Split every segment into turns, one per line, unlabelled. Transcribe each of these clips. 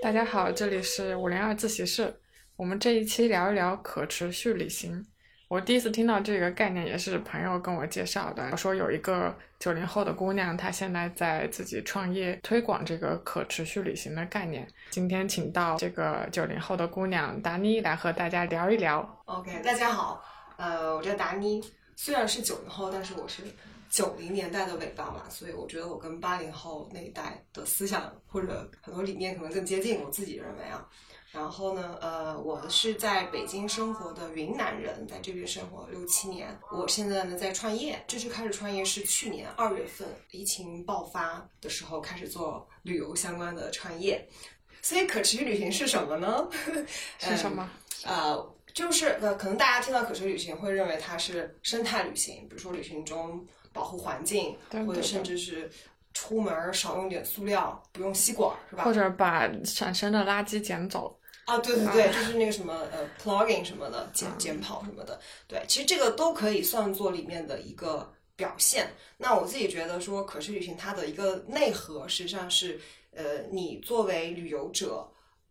大家好，这里是五零二自习室。我们这一期聊一聊可持续旅行。我第一次听到这个概念也是朋友跟我介绍的，说有一个九零后的姑娘，她现在在自己创业推广这个可持续旅行的概念。今天请到这个九零后的姑娘达妮来和大家聊一聊。
OK，大家好，呃，我叫达妮，虽然是九零后，但是我是九零年代的尾巴嘛，所以我觉得我跟八零后那一代的思想或者很多理念可能更接近，我自己认为啊。然后呢，呃，我是在北京生活的云南人，在这边生活六七年。我现在呢在创业，正式开始创业是去年二月份疫情爆发的时候开始做旅游相关的创业。所以可持续旅行是什么呢？
是什么？
呃，就是呃，可能大家听到可持续旅行会认为它是生态旅行，比如说旅行中保护环境，
对
或者
嗯对
甚至是出门儿少用点塑料，不用吸管儿，是吧？
或者把产生的垃圾捡走。
啊，对对对，就是那个什么呃，plugging 什么的，减减跑什么的，对，其实这个都可以算作里面的一个表现。那我自己觉得说，可持续旅行它的一个内核，实际上是呃，你作为旅游者。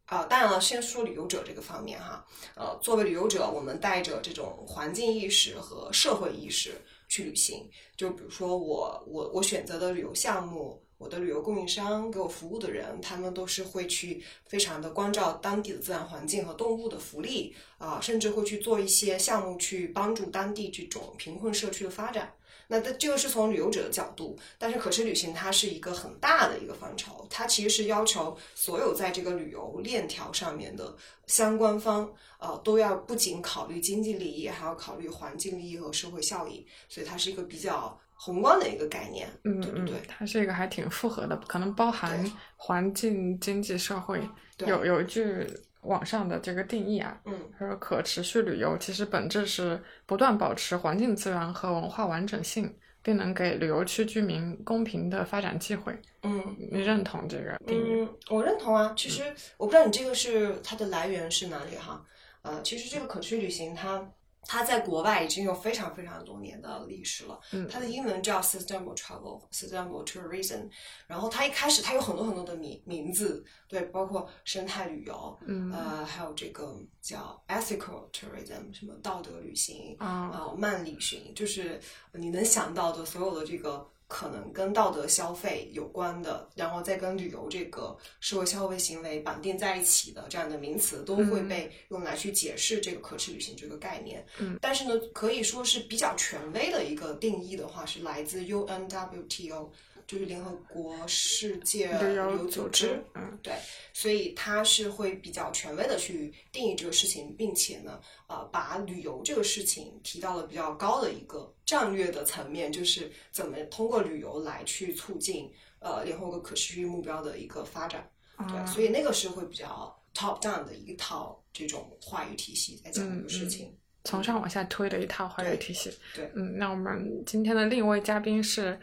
啊、当然了，先说旅游者这个方面哈，呃，作为旅游者，我们带着这种环境意识和社会意识去旅行。就比如说我我我选择的旅游项目，我的旅游供应商给我服务的人，他们都是会去非常的关照当地的自然环境和动物的福利啊、甚至会去做一些项目去帮助当地这种贫困社区的发展。那这这个是从旅游者的角度，但是可持续旅行它是一个很大的一个范畴，它其实是要求所有在这个旅游链条上面的相关方，呃，都要不仅考虑经济利益，还要考虑环境利益和社会效益，所以它是一个比较宏观的一个概念。
嗯
对对
嗯
对，
它是一个还挺复合的，可能包含
对
环境、经济、社会。
对
有有一句网上的这个定义啊，
嗯，
他说，可持续旅游其实本质是不断保持环境资源和文化完整性，并能给旅游区居民公平的发展机会。
嗯。
你认同这个定义？
嗯，我认同啊。其实
嗯
我不知道你这个是它的来源是哪里哈。呃，其实这个可持续旅行它。它在国外已经有非常非常多年的历史了，
嗯
它的英文叫 Sustainable Travel、Sustainable Tourism。然后它一开始它有很多很多的名名字，对，包括生态旅游，
嗯
呃，还有这个叫 Ethical Tourism，什么道德旅行，
啊，
啊、慢旅行，就是你能想到的所有的这个可能跟道德消费有关的，然后再跟旅游这个社会消费行为绑定在一起的这样的名词，都会
嗯
被用来去解释这个可持续旅行这个概念。
嗯，
但是呢，可以说是比较权威的一个定义的话，是来自 UNWTO，就是联合国世界
旅
呃旅
游
游
组
组
织
织。，
嗯
对，所以它是会比较权威的去定义这个事情，并且呢，呃，把旅游这个事情提到了比较高的一个战略的层面，就是怎么通过旅游来去促进呃联合国可持续目标的一个发展。对，
啊，
所以那个是会比较 top down 的一套这种话语体系在讲这个事情。
从上往下推的一套话语体系。
对
嗯，那我们今天的另一位嘉宾是。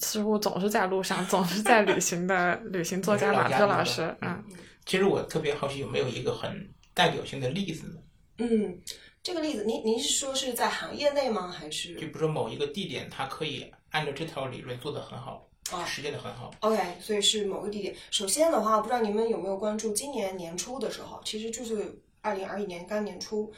似乎总是在路上，总是在旅行的 旅行作家马特老师，嗯，
其实我特别好奇，有没有一个很代表性的例子呢？
嗯，这个例子，您您是说是在行业内吗？还
就比
是
如说某一个地点，它可以按照这套理论做得很好，
啊？
实践得很好。
OK，所以是某个地点。首先的话，我不知道你们有没有关注，今年年初的时候，其实就是二零二一年刚年初，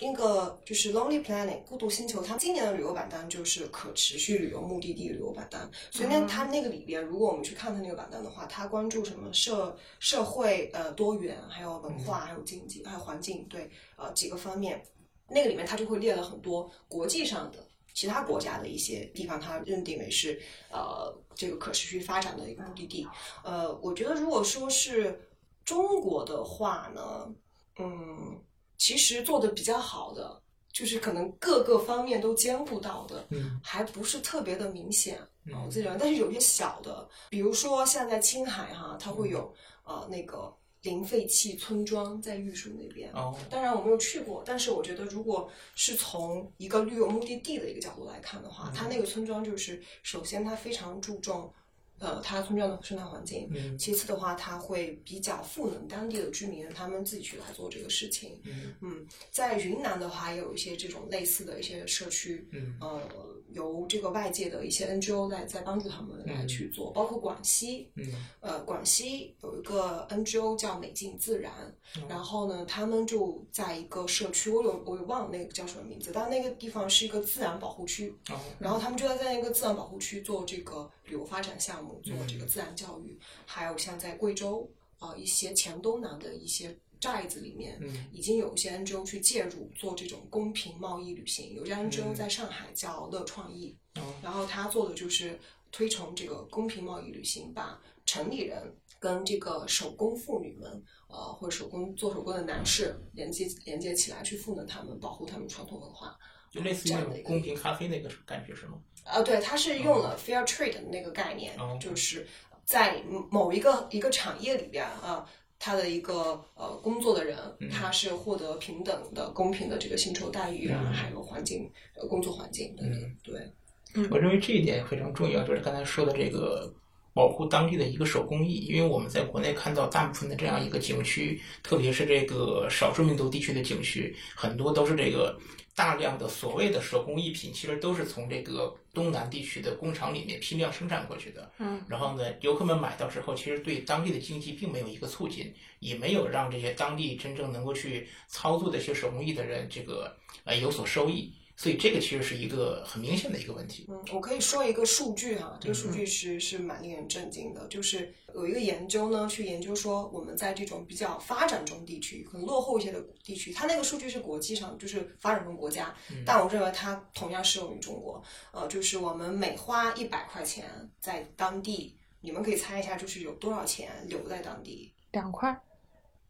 那个就是 Lonely Planet 孤独星球，它今年的旅游版单就是可持续旅游目的地旅游版单。所以那
嗯
它那个里边，如果我们去看它那个版单的话，它关注什么社社会呃多元，还有文化，还有经济，还有环境，对，呃几个方面。那个里面它就会列了很多国际上的其他国家的一些地方，它认定为是呃这个可持续发展的一个目的地。呃，我觉得如果说是中国的话呢，嗯，其实做的比较好的，就是可能各个方面都兼顾到的，
嗯，
还不是特别的明显。啊，我自己
嗯
认为，但是有些小的，比如说像在青海哈，它会有呃那个零废弃村庄在玉树那边。
哦，
当然我没有去过，但是我觉得如果是从一个旅游目的地的一个角度来看的话，
嗯
它那个村庄就是首先它非常注重呃，它村庄的生态环境，
嗯
其次的话，它会比较赋能当地的居民，让他们自己去来做这个事情。
嗯
嗯，在云南的话，也有一些这种类似的一些社区，
嗯
呃，由这个外界的一些 NGO 来在帮助他们来去做，包括广西，
嗯
呃，广西有一个 NGO 叫美景自然，
嗯
然后呢，他们就在一个社区，我有我有忘了那个叫什么名字，但那个地方是一个自然保护区，
哦
然后他们就在在那个自然保护区做这个旅游发展项目，做这
嗯
个自然教育，还有像在贵州啊、呃一些黔东南的一些寨子里面，
嗯
已经有一些 NGO 去介入做这种公平贸易旅行。有家 NGO
嗯
在上海叫乐创意，
哦
然后他做的就是推崇这个公平贸易旅行，把城里人跟这个手工妇女们，呃，或者手工做手工的男士连接连接起来，去赋能他们，保护他们传统文化。
就类似于那种公平咖啡那个感觉是吗？
啊，对，它是用了 fair trade 的那个概念，
哦
就是在某一个一个产业里边啊。他的一个呃工作的人，
嗯
他是获得平等的、公平的这个薪酬待遇啊，
嗯
还有环境、呃工作环境等等。
嗯
对，
我认为这一点非常重要，就是刚才说的这个保护当地的一个手工艺，因为我们在国内看到大部分的这样一个景区，特别是这个少数民族地区的景区，很多都是这个大量的所谓的手工艺品，其实都是从这个东南地区的工厂里面批量生产过去的。
嗯
然后呢，游客们买到之后，其实对当地的经济并没有一个促进，也没有让这些当地真正能够去操作这些手工艺的人，这个呃有所收益。所以这个其实是一个很明显的一个问题。
嗯，我可以说一个数据哈、这个数据是是蛮令人震惊的，就是有一个研究呢，去研究说我们在这种比较发展中地区，可能落后一些的地区，它那个数据是国际上就是发展中国家，
嗯
但我认为它同样适用于中国。呃，就是我们每花一百块钱在当地，你们可以猜一下，就是有多少钱留在当地？
两块，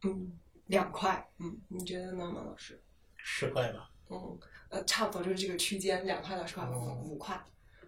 嗯，两块。嗯，你觉得呢，马老师？
十块吧，
嗯，呃，差不多就是这个区间，两块到十块，
哦
五五块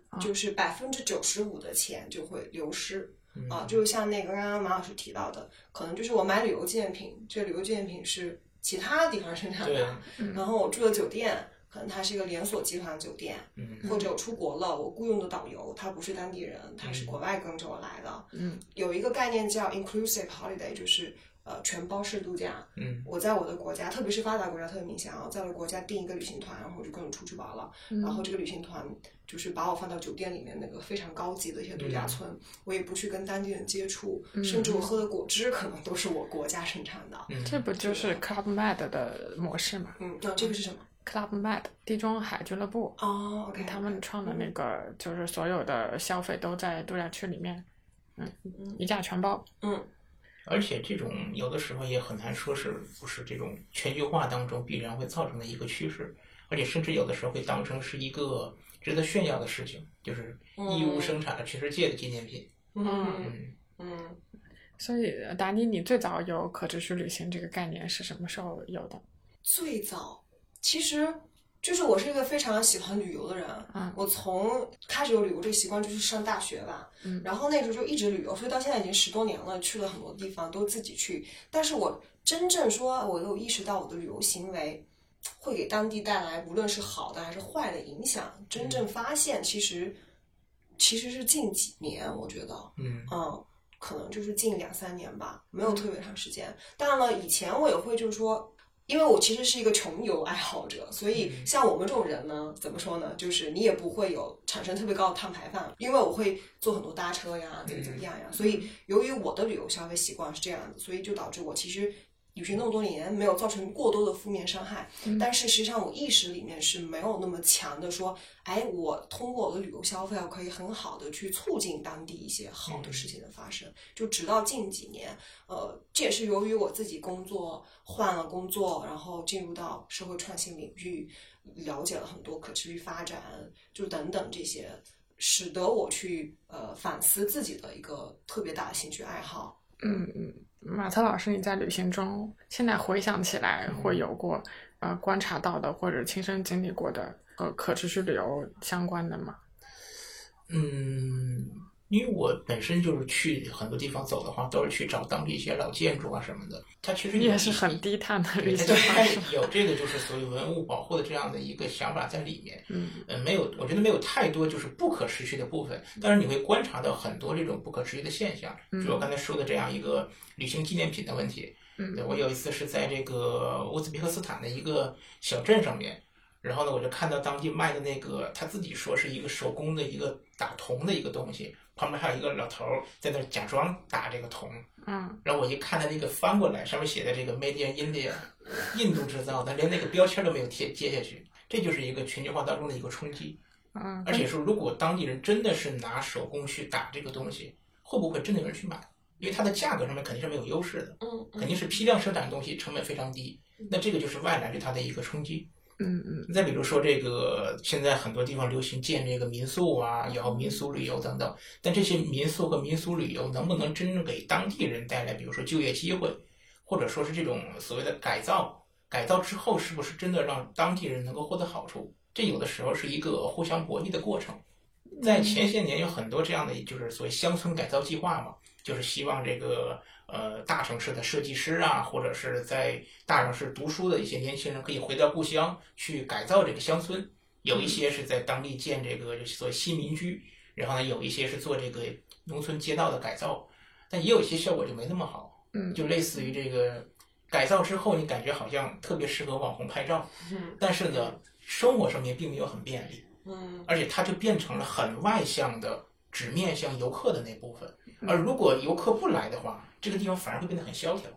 啊，
就是百分之九十五的钱就会流失
嗯
啊。就是像那个刚刚马老师提到的，可能就是我买旅游纪念品，这旅游纪念品是其他地方生产
对
的
啊，
嗯
然后我住的酒店可能它是一个连锁集团酒店，
嗯
或者我出国了，我雇佣的导游他不是当地人，他
嗯
是国外跟着我来的。
嗯，
有一个概念叫 inclusive holiday，就是呃全包式度假。
嗯
我在我的国家，特别是发达国家特别明显啊，在我的国家订一个旅行团，然后我就跟着出去玩了，
嗯
然后这个旅行团就是把我放到酒店里面那个非常高级的一些度假村，我也不去跟当地人接触，
嗯
甚至我喝的果汁可能都是我国家生产的。
嗯，
这不就是 Club Med 的模式吗
嗯，那、这个是什么？
？Club Med 地中海俱乐部，
哦，OK，
他们创的那个就是所有的消费都在度假区里面，嗯，一价全包。
嗯
而且这种有的时候也很难说是不是这种全球化当中必然会造成的一个趋势，而且甚至有的时候会当成是一个值得炫耀的事情，就是义乌生产了全世界的纪念品。
嗯
嗯，
嗯，
所以，达尼，你最早有可持续旅行这个概念是什么时候有的？
最早其实就是我是一个非常喜欢旅游的人，
嗯
我从开始有旅游这个习惯就是上大学吧，
嗯
然后那时候就一直旅游，所以到现在已经十多年了，去了很多地方都自己去。但是我真正说，我有意识到我的旅游行为会给当地带来无论是好的还是坏的影响，真
嗯
正发现其实其实是近几年，我觉得，
嗯
嗯，可能就是近两三年吧，没有特别长时间。当然了，以前我也会就是说，因为我其实是一个穷游爱好者，所以
嗯
像我们这种人呢，怎么说呢，就是你也不会有产生特别高的碳排放，因为我会坐很多搭车呀，怎么怎么样呀。所以
嗯
由于我的旅游消费习惯是这样的，所以就导致我其实。旅行那么多年，没有造成过多的负面伤害，
嗯
但是实际上我意识里面是没有那么强的说，哎，我通过我的旅游消费，我可以很好的去促进当地一些好的事情的发生。就直到近几年，呃，这也是由于我自己工作换了工作，然后进入到社会创新领域，了解了很多可持续发展，就等等这些，使得我去呃反思自己的一个特别大的兴趣爱好。
嗯嗯，马特老师，你在旅行中现在回想起来，
嗯
会有过呃观察到的或者亲身经历过的和可持续旅游相关的吗？
嗯，因为我本身就是去很多地方走的话，都是去找当地一些老建筑啊什么的。它其实有
也
一
是很低碳的
对，
旅
它
行
就
方式。
是有这个就是所谓文物保护的这样的一个想法在里面。
嗯，
呃，没有，我觉得没有太多就是不可持续的部分，但是你会观察到很多这种不可持续的现象，比如我刚才说的这样一个旅行纪念品的问题。
嗯
对我有一次是在这个乌兹别克斯坦的一个小镇上面，然后呢，我就看到当地卖的那个，他自己说是一个手工的一个打铜的一个东西，旁边还有一个老头儿在那儿假装打这个铜，
嗯，
然后我一看他那个翻过来，上面写的这个 “Made in India”，印度制造，他连那个标签都没有贴贴下去，这就是一个全球化当中的一个冲击。
啊
嗯，
而且说，如果当地人真的是拿手工去打这个东西，会不会真的有人去买？因为它的价格上面肯定是没有优势的，
嗯
肯定是批量生产的东西，成本非常低。那这个就是外来对它的一个冲击。
嗯嗯
再比如说，这个现在很多地方流行建这个民宿啊，然后民俗旅游等等，但这些民宿和民俗旅游能不能真正给当地人带来，比如说就业机会，或者说是这种所谓的改造，改造之后是不是真的让当地人能够获得好处？这有的时候是一个互相博弈的过程。在前些年有很多这样的，就是所谓乡村改造计划嘛，就是希望这个呃大城市的设计师啊，或者是在大城市读书的一些年轻人，可以回到故乡去改造这个乡村。有一些是在当地建这个就是所谓新民居，然后呢，有一些是做这个农村街道的改造，但也有一些效果就没那么好，
嗯
就类似于这个改造之后，你感觉好像特别适合网红拍照，
嗯
但是呢，生活上面并没有很便利。
嗯
而且它就变成了很外向的，只面向游客的那部分。
嗯
而如果游客不来的话，这个地方反而会变得很萧条。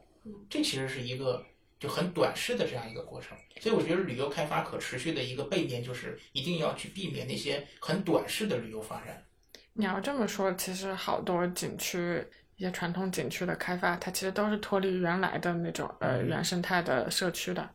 这其实是一个就很短视的这样一个过程。所以我觉得旅游开发可持续的一个背面就是一定要去避免那些很短视的旅游发展。
你要这么说，其实好多景区，一些传统景区的开发，它其实都是脱离原来的那种呃
嗯
原生态的社区的。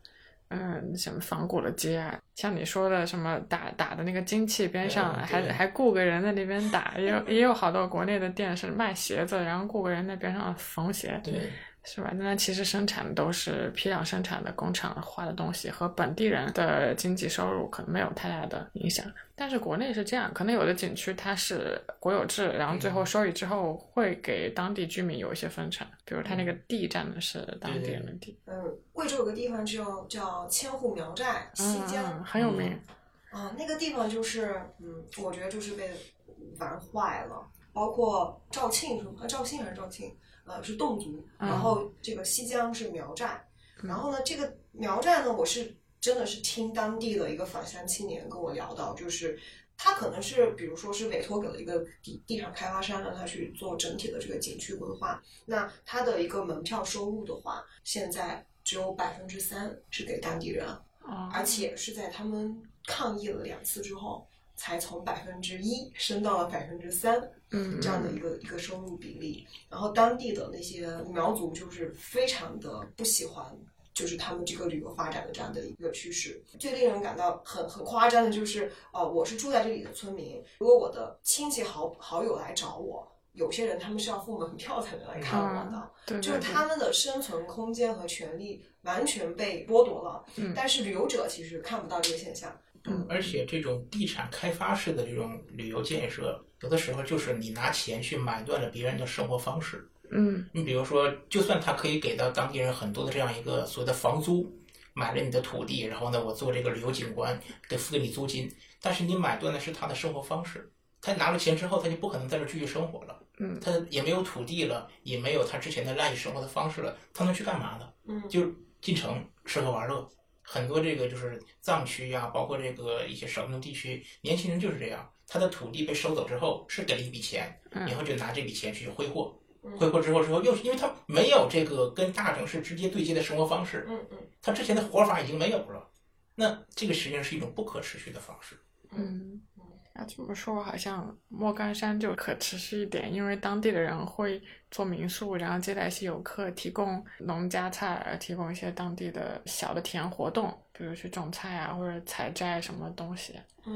嗯，什么仿古的街啊，像你说的什么打打的那个金器边上，
嗯
还
对
还雇个人在那边打，也有也有好多国内的店是卖鞋子，然后雇个人在边上缝鞋，
对，
是吧？那其实生产的都是批量生产的工厂化的东西，和本地人的经济收入可能没有太大的影响。但是国内是这样，可能有的景区它是国有制，然后最
嗯
后收益之后会给当地居民有一些分成，比如他那个地占的是当地人的地，
嗯，贵州有个地方叫叫千户苗寨，西
嗯
江
嗯，很有名。
啊，那个地方就是，嗯，我觉得就是被玩坏了。包括肇庆是吗？啊肇庆还是肇庆？呃，是侗族。
嗯
然后这个西江是苗寨。
嗯
然后呢，这个苗寨呢，我是真的是听当地的一个返乡青年跟我聊到，就是他可能是比如说是委托给了一个地地产开发商，让他去做整体的这个景区规划。那他的一个门票收入的话，现在只有百分之三是给当地人。
啊、
而且是在他们抗议了两次之后，才从百分之一升到了百分之三
嗯，
这样的一个、一个收入比例。然后当地的那些苗族就是非常的不喜欢。就是他们这个旅游发展的这样的一个趋势，最令人感到很很夸张的就是，呃，我是住在这里的村民，如果我的亲戚好好友来找我，有些人他们是要付门票才能来看我的，
对，
嗯
就是
对
他，们的生存空间和权利完全被剥夺了。
嗯
但是旅游者其实看不到这个现象。
嗯而且这种地产开发式的这种旅游建设，有的时候就是你拿钱去买断了别人的生活方式。
对嗯
你比如说，就算他可以给到当地人很多的这样一个所谓的房租，买了你的土地，然后呢，我做这个旅游景观，给付给你租金，但是你买断的是他的生活方式。他拿了钱之后，他就不可能在这儿继续生活了，
嗯
他也没有土地了，也没有他之前的赖以生活的方式了，他能去干嘛呢？
嗯
就是进城吃喝玩乐。很多这个就是藏区呀、包括这个一些少数地区，年轻人就是这样，他的土地被收走之后是给了一笔钱，然
嗯
后就拿这笔钱去挥霍，
嗯
挥霍之后之后又是因为他没有这个跟大城市直接对接的生活方式，
嗯嗯
他之前的活法已经没有了，那这个实际上是一种不可持续的方式。
嗯。那这么说，好像莫干山就可持续一点，因为当地的人会做民宿，然后接待一些游客，提供农家菜，呃提供一些当地的小的体验活动，比如去种菜啊，或者采摘什么东西。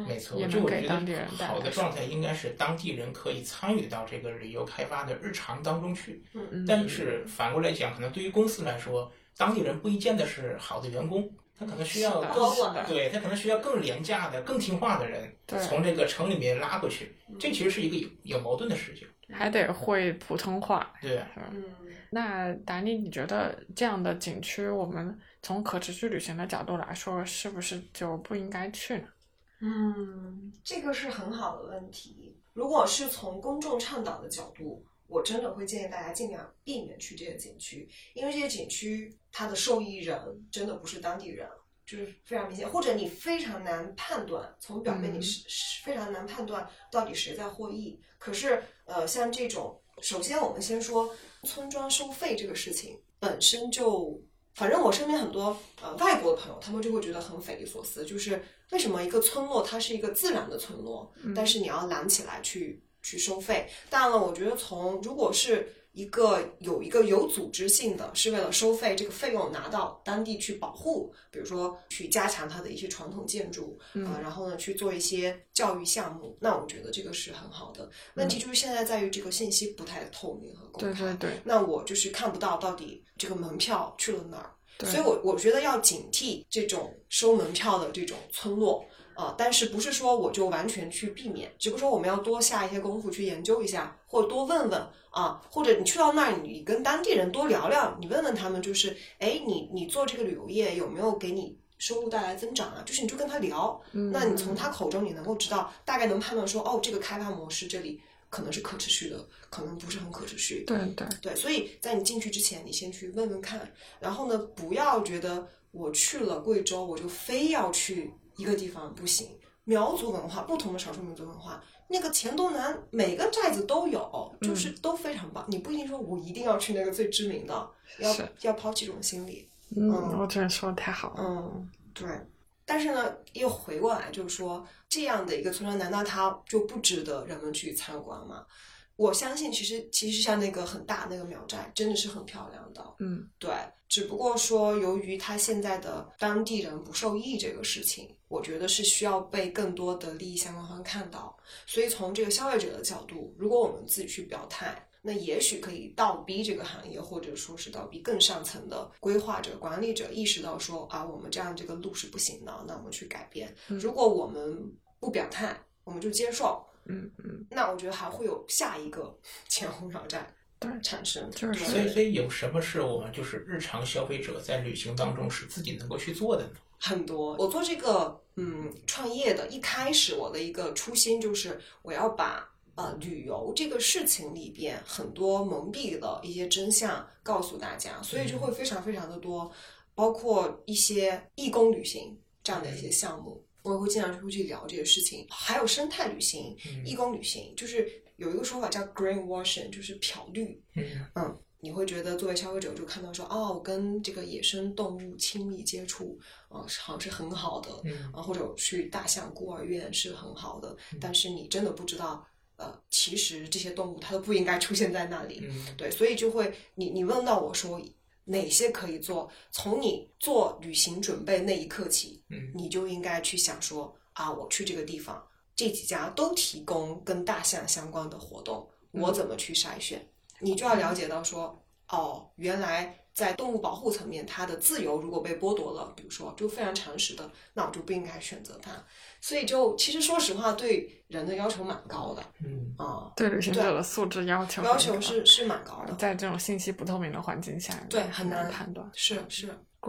没
嗯
错，
也
就
能
我
给
觉得
当地人带
好
来
的
收
状态应该是当地人可以参与到这个旅游开发的日常当中去。
嗯
嗯，
但是反过来讲，可能对于公司来说，当地人不一见得是好的员工，他可能需要
是的
更
多管
对他可能需要更廉价的、更听话的人
对，嗯
从这个城里面拉过去，
嗯
这其实是一个有有矛盾的事情，
还得会普通话。
对啊吧。
嗯，
那达尼，你觉得这样的景区，我们从可持续旅行的角度来说，是不是就不应该去呢？
嗯，这个是很好的问题。如果是从公众倡导的角度，我真的会建议大家尽量避免去这些景区，因为这些景区它的受益人真的不是当地人，就是非常明显，或者你非常难判断，从表面你
嗯
是、是非常难判断到底谁在获益。可是，呃，像这种，首先我们先说村庄收费这个事情本身就反正我身边很多呃外国的朋友，他们就会觉得很匪夷所思，就是为什么一个村落它是一个自然的村落，
嗯
但是你要拦起来去去收费。当然了，我觉得从如果是一个有一个有组织性的，是为了收费这个费用拿到当地去保护，比如说去加强它的一些传统建筑，
嗯
啊、然后呢去做一些教育项目，那我觉得这个是很好的。问题就是现在在于这个信息不太透明和公开。
对嗯对对
那我就是看不到到底这个门票去了哪儿，
对，
所以我我觉得要警惕这种收门票的这种村落啊、但是不是说我就完全去避免，只不过说我们要多下一些功夫去研究一下，或者多问问啊、或者你去到那儿，你跟当地人多聊聊，你问问他们，就是哎，你你做这个旅游业有没有给你收入带来增长啊？就是你就跟他聊，
嗯
那你从他口中你能够知道，大概能判断说，哦，这个开发模式这里可能是可持续的，可能不是很可持续。
对对
对，所以在你进去之前，你先去问问看，然后呢，不要觉得我去了贵州，我就非要去一个地方不行。苗族文化，不同的少数民族文化，那个黔东南每个寨子都有，就是都非常棒。你不一定说我一定要去那个最知名的，要
是
要抛弃这种心理。
嗯，
嗯
我觉得说的太好了。
嗯，对。但是呢，又回过来就是说，这样的一个村庄，难道它就不值得人们去参观吗？我相信，其实其实像那个很大那个苗寨，真的是很漂亮的。
嗯
对，只不过说，由于它现在的当地人不受益这个事情，我觉得是需要被更多的利益相关方看到。所以从这个消费者的角度，如果我们自己去表态，那也许可以倒逼这个行业，或者说是倒逼更上层的规划者、管理者意识到说啊，我们这样这个路是不行的，那我们去改变。
嗯
如果我们不表态，我们就接受，
嗯嗯，
那我觉得还会有下一个 前后绕战
对
产生。
就是
对
所以，所以有什么是我们就是日常消费者在旅行当中是自己能够去做的呢？
很多。我做这个嗯创业的，一开始我的一个初心就是我要把呃旅游这个事情里边很多蒙蔽的一些真相告诉大家，所以就会非常非常的多，包括一些义工旅行这样的一些项目。我也会经常出去聊这个事情，还有生态旅行、
嗯
义工旅行，就是有一个说法叫 greenwashing，就是漂绿，
嗯，
你会觉得作为消费者就看到说，哦，我跟这个野生动物亲密接触，啊、好像是很好的，
嗯
啊，或者去大象孤儿院是很好的，但是你真的不知道，呃，其实这些动物它都不应该出现在那里，
嗯，
对，所以就会你你问到我说哪些可以做，从你做旅行准备那一刻起，
嗯
你就应该去想说啊，我去这个地方，这几家都提供跟大象相关的活动，我
嗯
怎么去筛选？你就要了解到说，哦，原来在动物保护层面，它的自由如果被剥夺了，比如说就非常常识的，那我就不应该选择它。所以就其实说实话，对人的要求蛮高的
嗯，
啊、
对旅行者的素质要求
要
很
求
高
是是蛮高的。
在这种信息不透明的环境下，
对很
难
难
判断。
是是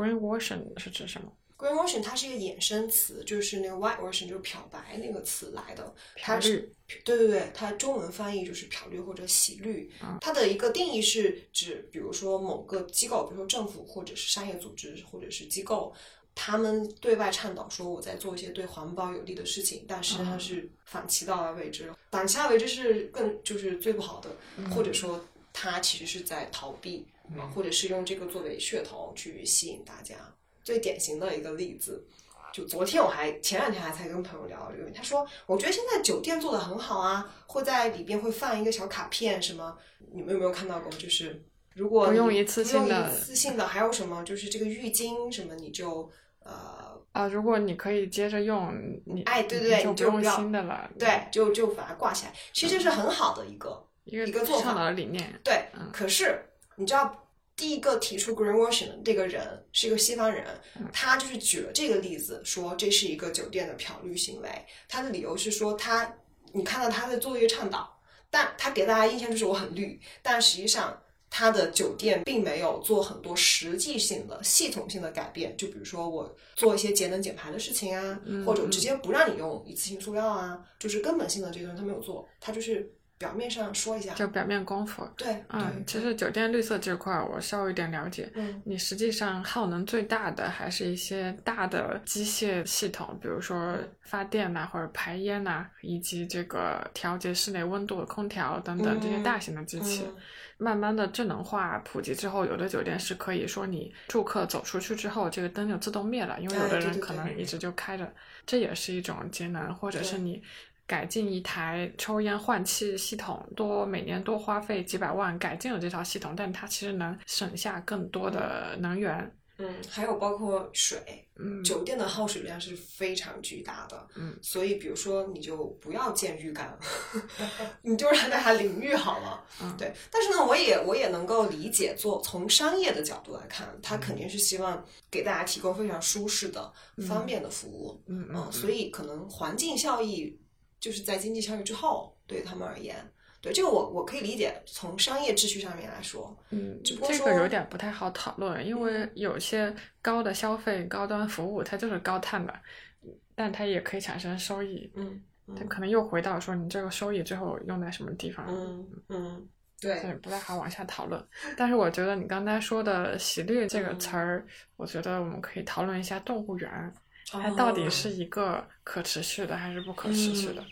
Greenwashing 是指什么？
，greenwashing 它是一个衍生词，就是那个 whitewashing 就是漂白那个词来的。
漂
它
绿
是对对对，它中文翻译就是漂绿或者洗绿
嗯。
它的一个定义是指，比如说某个机构，比如说政府或者是商业组织或者是机构。他们对外倡导说我在做一些对环保有利的事情，但是它
嗯
是反其道而为之，反其道而为之是更就是最不好的，
嗯
或者说他其实是在逃避啊，或者是用这个作为噱头去吸引大家。最典型的一个例子，就昨天我还前两天还才跟朋友聊到这个问题，他说我觉得现在酒店做的很好啊，会在里边会放一个小卡片，什么你们有没有看到过？就是如果
不
你
用一次性
不用
的
一次性的，还有什么就是这个浴巾什么你就呃
啊，如果你可以接着用，你
哎对对
你
你
不
就不
用
要
新的了。
对，就就把它挂起来，其实这是很好的一个
一个
一个做法
倡导的理念。
对
嗯，
可是你知道第一个提出 greenwashing 的这个人是一个西方人，
嗯
他就是举了这个例子，说这是一个酒店的漂绿行为。他的理由是说他，你看到他在做一个倡导，但他给大家印象就是我很绿，但实际上他的酒店并没有做很多实际性的、系统性的改变。就比如说我做一些节能减排的事情啊，
嗯
或者直接不让你用一次性塑料啊，就是根本性的这个东西他没有做，他就是表面上说一下，
就表面功夫。
对，
嗯，其实酒店绿色这块儿我稍微有点了解。
嗯
你实际上耗能最大的还是一些大的机械系统，比如说发电呐、或者排烟呐、以及这个调节室内温度的空调等等这些大型的机器。
嗯
慢慢的智能化普及之后，有的酒店是可以说你住客走出去之后，这个灯就自动灭了，因为有的
哎对
人
对
可
对
能一直就开着，这也是一种节能，或者是
对
你改进一台抽烟换气系统，多每年多花费几百万改进了这套系统，但它其实能省下更多的能源。
嗯，还有包括水，
嗯，
酒店的耗水量是非常巨大的，
嗯
所以比如说你就不要建浴缸， 你就让大家淋浴好了，
嗯
对。但是呢，我也我也能够理解做，从商业的角度来看，他肯定是希望给大家提供非常舒适的、
嗯
方便的服务，
嗯
啊
嗯，
所以可能环境效益就是在经济效益之后，对他们而言，对这个我我可以理解，从商业秩序上面来说，
嗯，
只不过
这
说嗯
个有点不太好讨论，因为有些高的消费、高端服务它就是高碳的，但它也可以产生收益。
嗯嗯
他可能又回到说你这个收益最后用在什么地方，
嗯嗯，对，
所以不太好往下讨论。但是我觉得你刚才说的“洗绿”这个词儿，我觉得我们可以讨论一下动物园，它到底
哦
是一个可持续的还是不可持续的。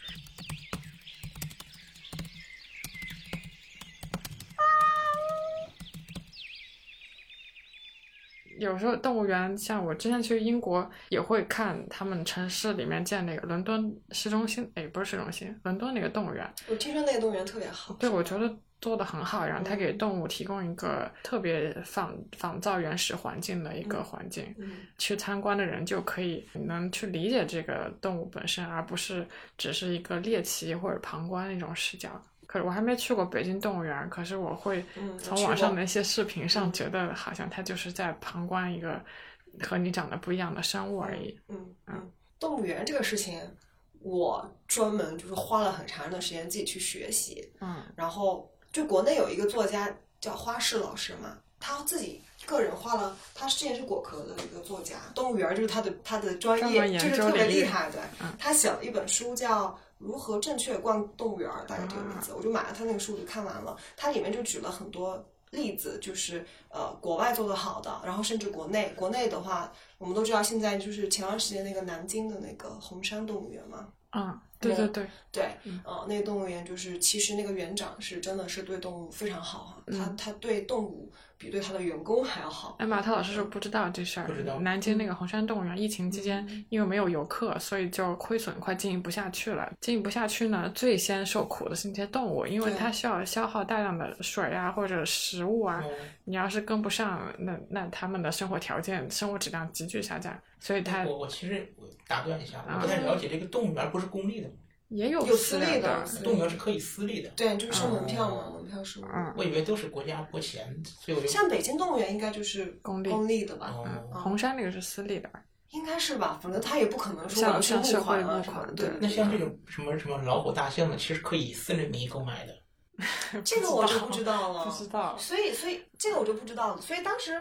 有时候动物园，像我之前去英国也会看他们城市里面建那个伦敦市中心，哎，不是市中心，伦敦那个动物园，
我听说那个动物园特别好，
对，
是
我
吧
觉得做的很好，然后它
嗯
给动物提供一个特别仿仿造原始环境的一个环境，
嗯
去参观的人就可以能去理解这个动物本身，而不是只是一个猎奇或者旁观那种视角。可是我还没去过北京动物园，可是我会
嗯
从
我去
网上
过
的一些视频上
嗯
觉得，好像它就是在旁观一个和你长得不一样的生物而已。
嗯
嗯
嗯，动物园这个事情，我专门就是花了很长一段时间自己去学习。
嗯
然后就国内有一个作家叫花式老师嘛，他自己个人画了，他之前是果壳的一个作家，动物园就是他的他的专
专门
业，
研
就是
究
特别
领域
厉害对
嗯，
他写了一本书叫《如何正确逛动物园》，大概这个名
啊
字，我就买了他那个书，我就看完了。它里面就举了很多。例子就是呃，国外做的好的，然后甚至国内，国内的话，我们都知道现在就是前段时间那个南京的那个红山动物园嘛，
嗯，对对
对
对，
对，
嗯
呃，那个动物园就是，其实那个园长是真的是对动物非常好哈、他
嗯
他对动物比对他的员工还要好。
哎，马涛老师说不知道这事儿。
不知道
南京那个红山动物园疫情期间
嗯，
因为没有游客，所以就亏损，快经营不下去了。经营不下去呢，最先受苦的是那些动物，因为
对
它需要消耗大量的水啊或者食物啊。
嗯
你要是跟不上，那那他们的生活条件、生活质量急剧下降，所以它
我我其实我打断一下，
啊
我不太了解这个动物园不是公立的吗，
也有
有
私
私立
人
的
的。嗯
私
动物园是可以私立的，
对，就是收门票嘛，
哦
门票收。
嗯
我以为都是国家拨钱，所以我就
像北京动物园应该就是
公立
公立的吧，
嗯，
哦。
红山那个是私立的吧？
应该是吧，反正他也不可能说
像
完全
像社
募款
会募
啊什么
款
的。
对
对，对
那像这
对
种什么什么老虎、大象呢，其实可以以私人名义购买的。
这个我就 不知道哦了，
不知道。
所以，所以这个我就不知道了。所以当时，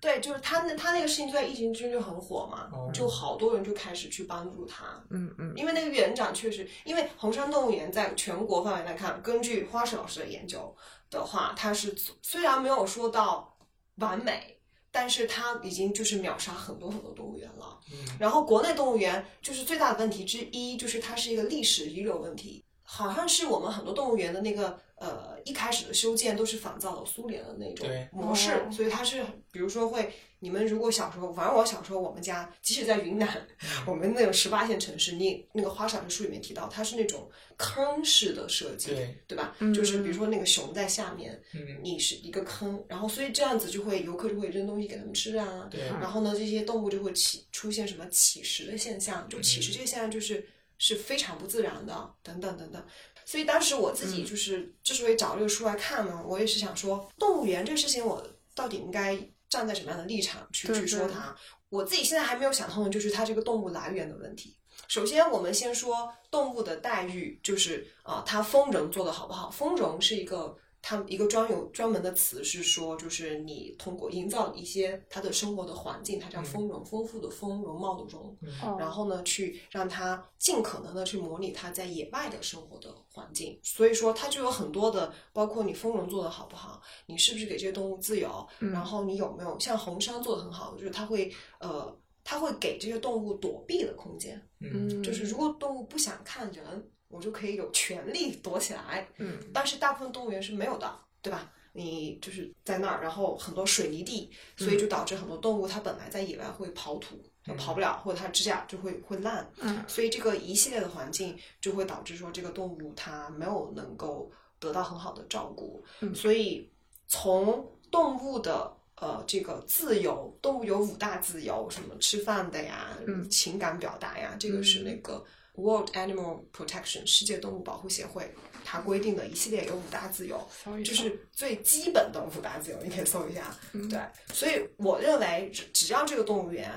对，就是他那他那个事情就在疫情之中就很火嘛，
哦
就好多人就开始去帮助他。
嗯嗯
因为那个园长确实，因为红山动物园在全国范围来看，根据花石老师的研究的话，它是虽然没有说到完美，但是它已经就是秒杀很多很多动物园了。
嗯，
然后国内动物园就是最大的问题之一，就是它是一个历史遗留问题，好像是我们很多动物园的那个呃一开始的修建都是仿造了苏联的那种
对
模式，
哦
所以它是比如说会，你们如果小时候，反正我小时候我们家即使在云南，
嗯
我们那种十八线城市，你那个花洒的书里面提到，它是那种坑式的设计，
对，
吧？
嗯
就是比如说那个熊在下面，
嗯，
你是一个坑，然后所以这样子就会游客就会扔东西给他们吃啊，
对，
然
嗯
后呢，这些动物就会起出现什么乞食的现象，就乞
嗯
食这个现象就是是非常不自然的，等等等等。所
嗯
以当时我自己就是之所以找这个书来看呢，我也是想说，动物园这个事情我到底应该站在什么样的立场去
对
去说
对
它。我自己现在还没有想通的就是它这个动物来源的问题。首先，我们先说动物的待遇，就是啊、它丰容做的好不好？丰容是一个它一个专有专门的词，是说就是你通过营造一些它的生活的环境，它叫
嗯
丰容，丰富的丰，容貌的容。
哦
然后呢，去让它尽可能的去模拟它在野外的生活的环境。所以说，它就有很多的，包括你丰容做的好不好，你是不是给这些动物自由，
嗯
然后你有没有像红山做的很好，就是它会呃，它会给这些动物躲避的空间，
嗯
嗯，
就是如果动物不想看人，我就可以有权利躲起来，
嗯
但是大部分动物园是没有的，对吧？你就是在那儿，然后很多水泥地，所以就导致很多动物它本来在野外会刨土，它
嗯
跑不了，或者它指甲就会会烂，
嗯
所以这个一系列的环境就会导致说这个动物它没有能够得到很好的照顾，
嗯
所以从动物的。呃，这个自由，动物有五大自由，什么吃饭的呀，
嗯
情感表达呀，这个是那个 World Animal Protection 世界动物保护协会它规定的一系列有五大自由。
所以
就
说
是最基本的五大自由，你可以搜一下。
嗯
对，所以我认为只只要这个动物园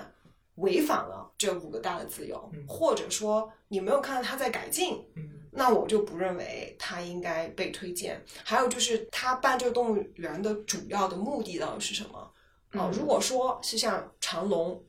违反了这五个大的自由，
嗯
或者说你没有看到它在改进，
嗯
那我就不认为它应该被推荐。还有就是，它办这个动物园的主要的目的到底是什么？啊、
嗯
如果说是像长隆，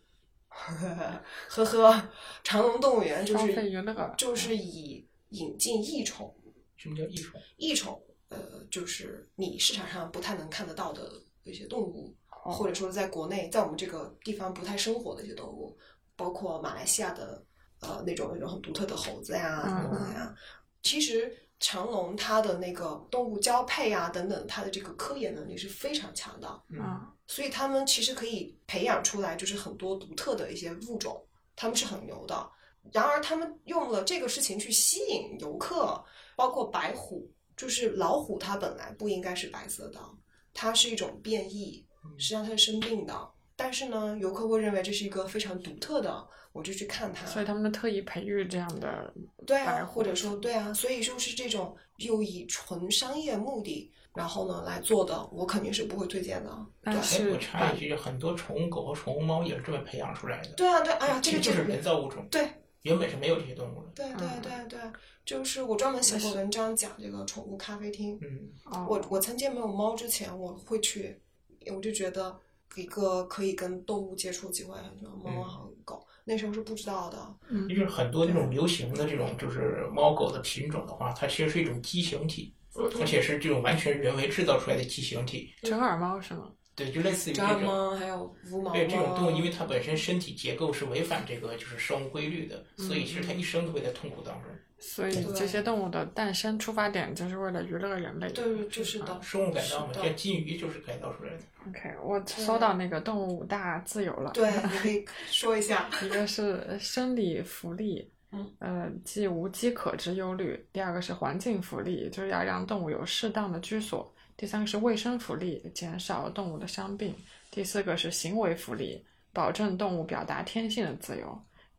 呵呵，长隆动物园就
消费娱
是
乐
就是以引进益虫
什么叫艺术？
异宠，呃，就是你市场上不太能看得到的一些动物，
哦
或者说在国内在我们这个地方不太生活的一些动物，包括马来西亚的呃那种那种很独特的猴子呀、
嗯
什么呀。其实长隆它的那个动物交配啊等等，它的这个科研能力是非常强的，
嗯
啊，
所以他们其实可以培养出来就是很多独特的一些物种，他们是很牛的。然而，他们用了这个事情去吸引游客，包括白虎，就是老虎，它本来不应该是白色的，它是一种变异，实际上它是生病的。但是呢，游客会认为这是一个非常独特的，我就去看它。
所以他们就特意培育这样的
对啊，
白
或
虎
者说对啊，所以就是这种又以纯商业目的，然后呢来做的，我肯定是不会推荐的。
但
对
哎，
是
我插一句，很多宠物狗和宠物猫也是这么培养出来的。
对啊，对，哎呀，这
其
个
实就
这
是
个
人造物种，
对，
原本是没有这些动物的。
对对
嗯
对对，就是我专门写过
是
文章讲这个宠物咖啡厅。
嗯，
哦
我我曾经没有猫之前，我会去，我就觉得一个可以跟动物接触机会很重要，猫啊
嗯
和狗那时候是不知道的。
嗯
就是很多这种流行的这种就是猫狗的品种的话，它其实是一种畸形体，而且是这种完全人为制造出来的畸形体。
折耳猫是吗？
对，就类似于这
折耳
种。
猫还啊有无毛猫，
对这种动物，因为它本身身体结构是违反这个就是生物规律的，所以其
嗯
实它一生都会在痛苦当中。
所以这些动物的诞生出发点就是为了娱乐人类。
对，就是的，
生物改造嘛，
是的
像金鱼就是改造出来的。
OK，我搜到那个动物五大自由了。
对，你可以说一下。
一个是生理福利，
嗯，
呃，即无饥渴之忧虑；第二个是环境福利，就是要让动物有适当的居所；第三个是卫生福利，减少动物的伤病；第四个是行为福利，保证动物表达天性的自由；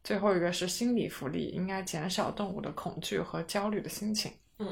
最后一个是心理福利，应该减少动物的恐惧和焦虑的心情。
嗯，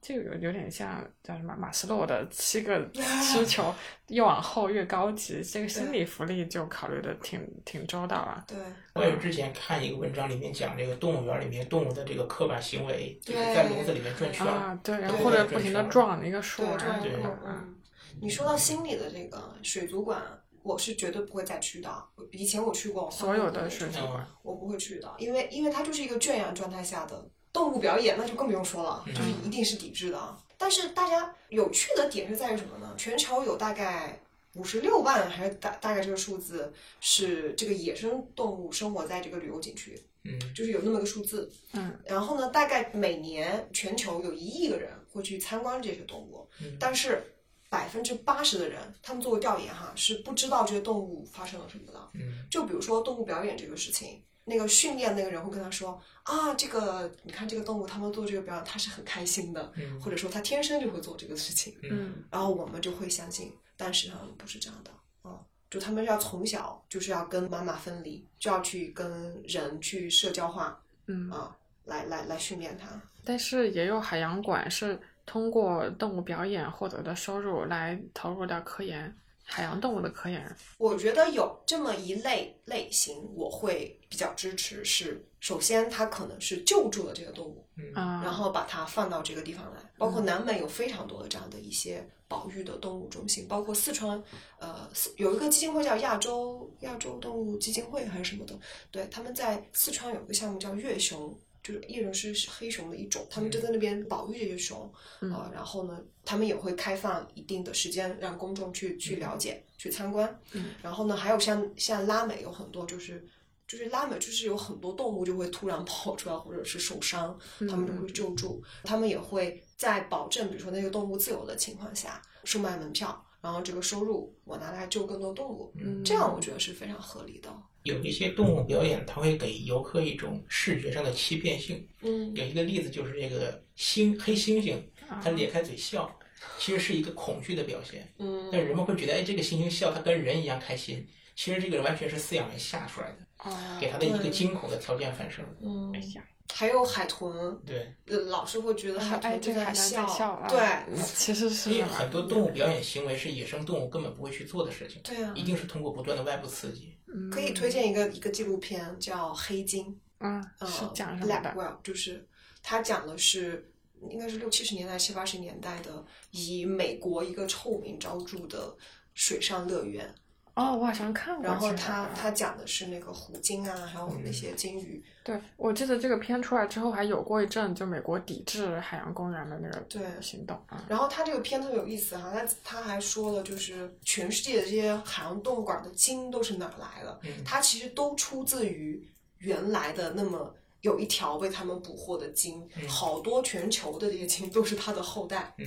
这个有有点像叫什么马斯洛的七个需求，越往后越高级。这个心理福利就考虑的挺挺周到啊。
对，
我也是之前看一个文章，里面讲这个动物园里面动物的这个刻板行为，就是在笼子里面转圈儿。
啊，对，然
对
后或者
对
不停的
对
撞一个树
对，
啊，
这样
对
嗯嗯。你说到心理的这个水族馆，我是绝对不会再去的。以前我去过，
啊所有的水族
嗯
馆，
我不会去的，因为因为它就是一个圈养状态下的动物表演，那就更不用说了，就是一定是抵制的。啊。但是大家有趣的点是在于什么呢？全球有大概五十六万，还是大大概这个数字是这个野生动物生活在这个旅游景区，
嗯，
就是有那么个数字。
嗯，
然后呢，大概每年全球有一亿个人会去参观这些动物，
嗯
但是百分之八十的人，他们做过调研哈，是不知道这些动物发生了什么的。
嗯
就比如说动物表演这个事情，那个训练那个人会跟他说啊，这个你看这个动物，他们做这个表演，他是很开心的，
嗯
或者说他天生就会做这个事情，
嗯
然后我们就会相信，但实际上不是这样的啊。就他们要从小就是要跟妈妈分离，就要去跟人去社交化
嗯，
啊，来来来训练他。
但是也有海洋馆是通过动物表演获得的收入来投入到科研，海洋动物的科研人。
我觉得有这么一类类型，我会比较支持是，首先它可能是救助了这个动物，
嗯
啊、嗯
嗯然后把它放到这个地方来。包括南美有非常多的这样的一些保育的动物中心，包括四川，呃，四有一个基金会叫亚洲亚洲动物基金会还是什么的，对，他们在四川有一个项目叫月熊。就是叶熊是黑熊的一种，他们就在那边保育这些熊，
嗯
呃，然后呢，他们也会开放一定的时间让公众去去了解、去参观。
嗯
然后呢，还有像像拉美有很多就是就是拉美就是有很多动物就会突然跑出来或者是受伤，他
嗯
们就会救助，他们也会在保证比如说那个动物自由的情况下售卖门票，然后这个收入我拿来救更多动物，
嗯
这样我觉得是非常合理的。
有一些动物表演，它会给游客一种视觉上的欺骗性。
嗯
有一个例子就是这个猩黑猩猩，
啊
它咧开嘴笑，其实是一个恐惧的表现。
嗯
但人们会觉得，哎，这个猩猩笑，它跟人一样开心。其实这个完全是饲养人吓出来的，
哦
给它的一个惊恐的条件反射。
嗯
哎，呀，
还有海豚，
对，
呃老是会觉得海
哎，
豚
这
就
个海南
笑，
在笑啊，
对
嗯，其实是
所以
的
很多动物表演行为是野生动物根本不会去做的事情，
对啊
一。定是通过不断的外部刺激。
嗯
可以推荐一个一个纪录片叫《黑鲸》，
嗯，
呃
是讲什么的？
，Blackwell，就是他讲的是应该是六七十年代、七八十年代的，以美国一个臭名昭著的水上乐园。
哦，我好像看过这个。
然后他他讲的是那个虎鲸啊，还有那些鲸鱼。
对，我记得这个片出来之后，还有过一阵就美国抵制海洋公园的那个
对
行动啊。
然后他这个片特别有意思哈、他他还说了，就是全世界的这些海洋动物馆的鲸都是哪儿来的？
嗯
它其实都出自于原来的那么有一条被他们捕获的鲸，
嗯
好多全球的这些鲸都是它的后代。
嗯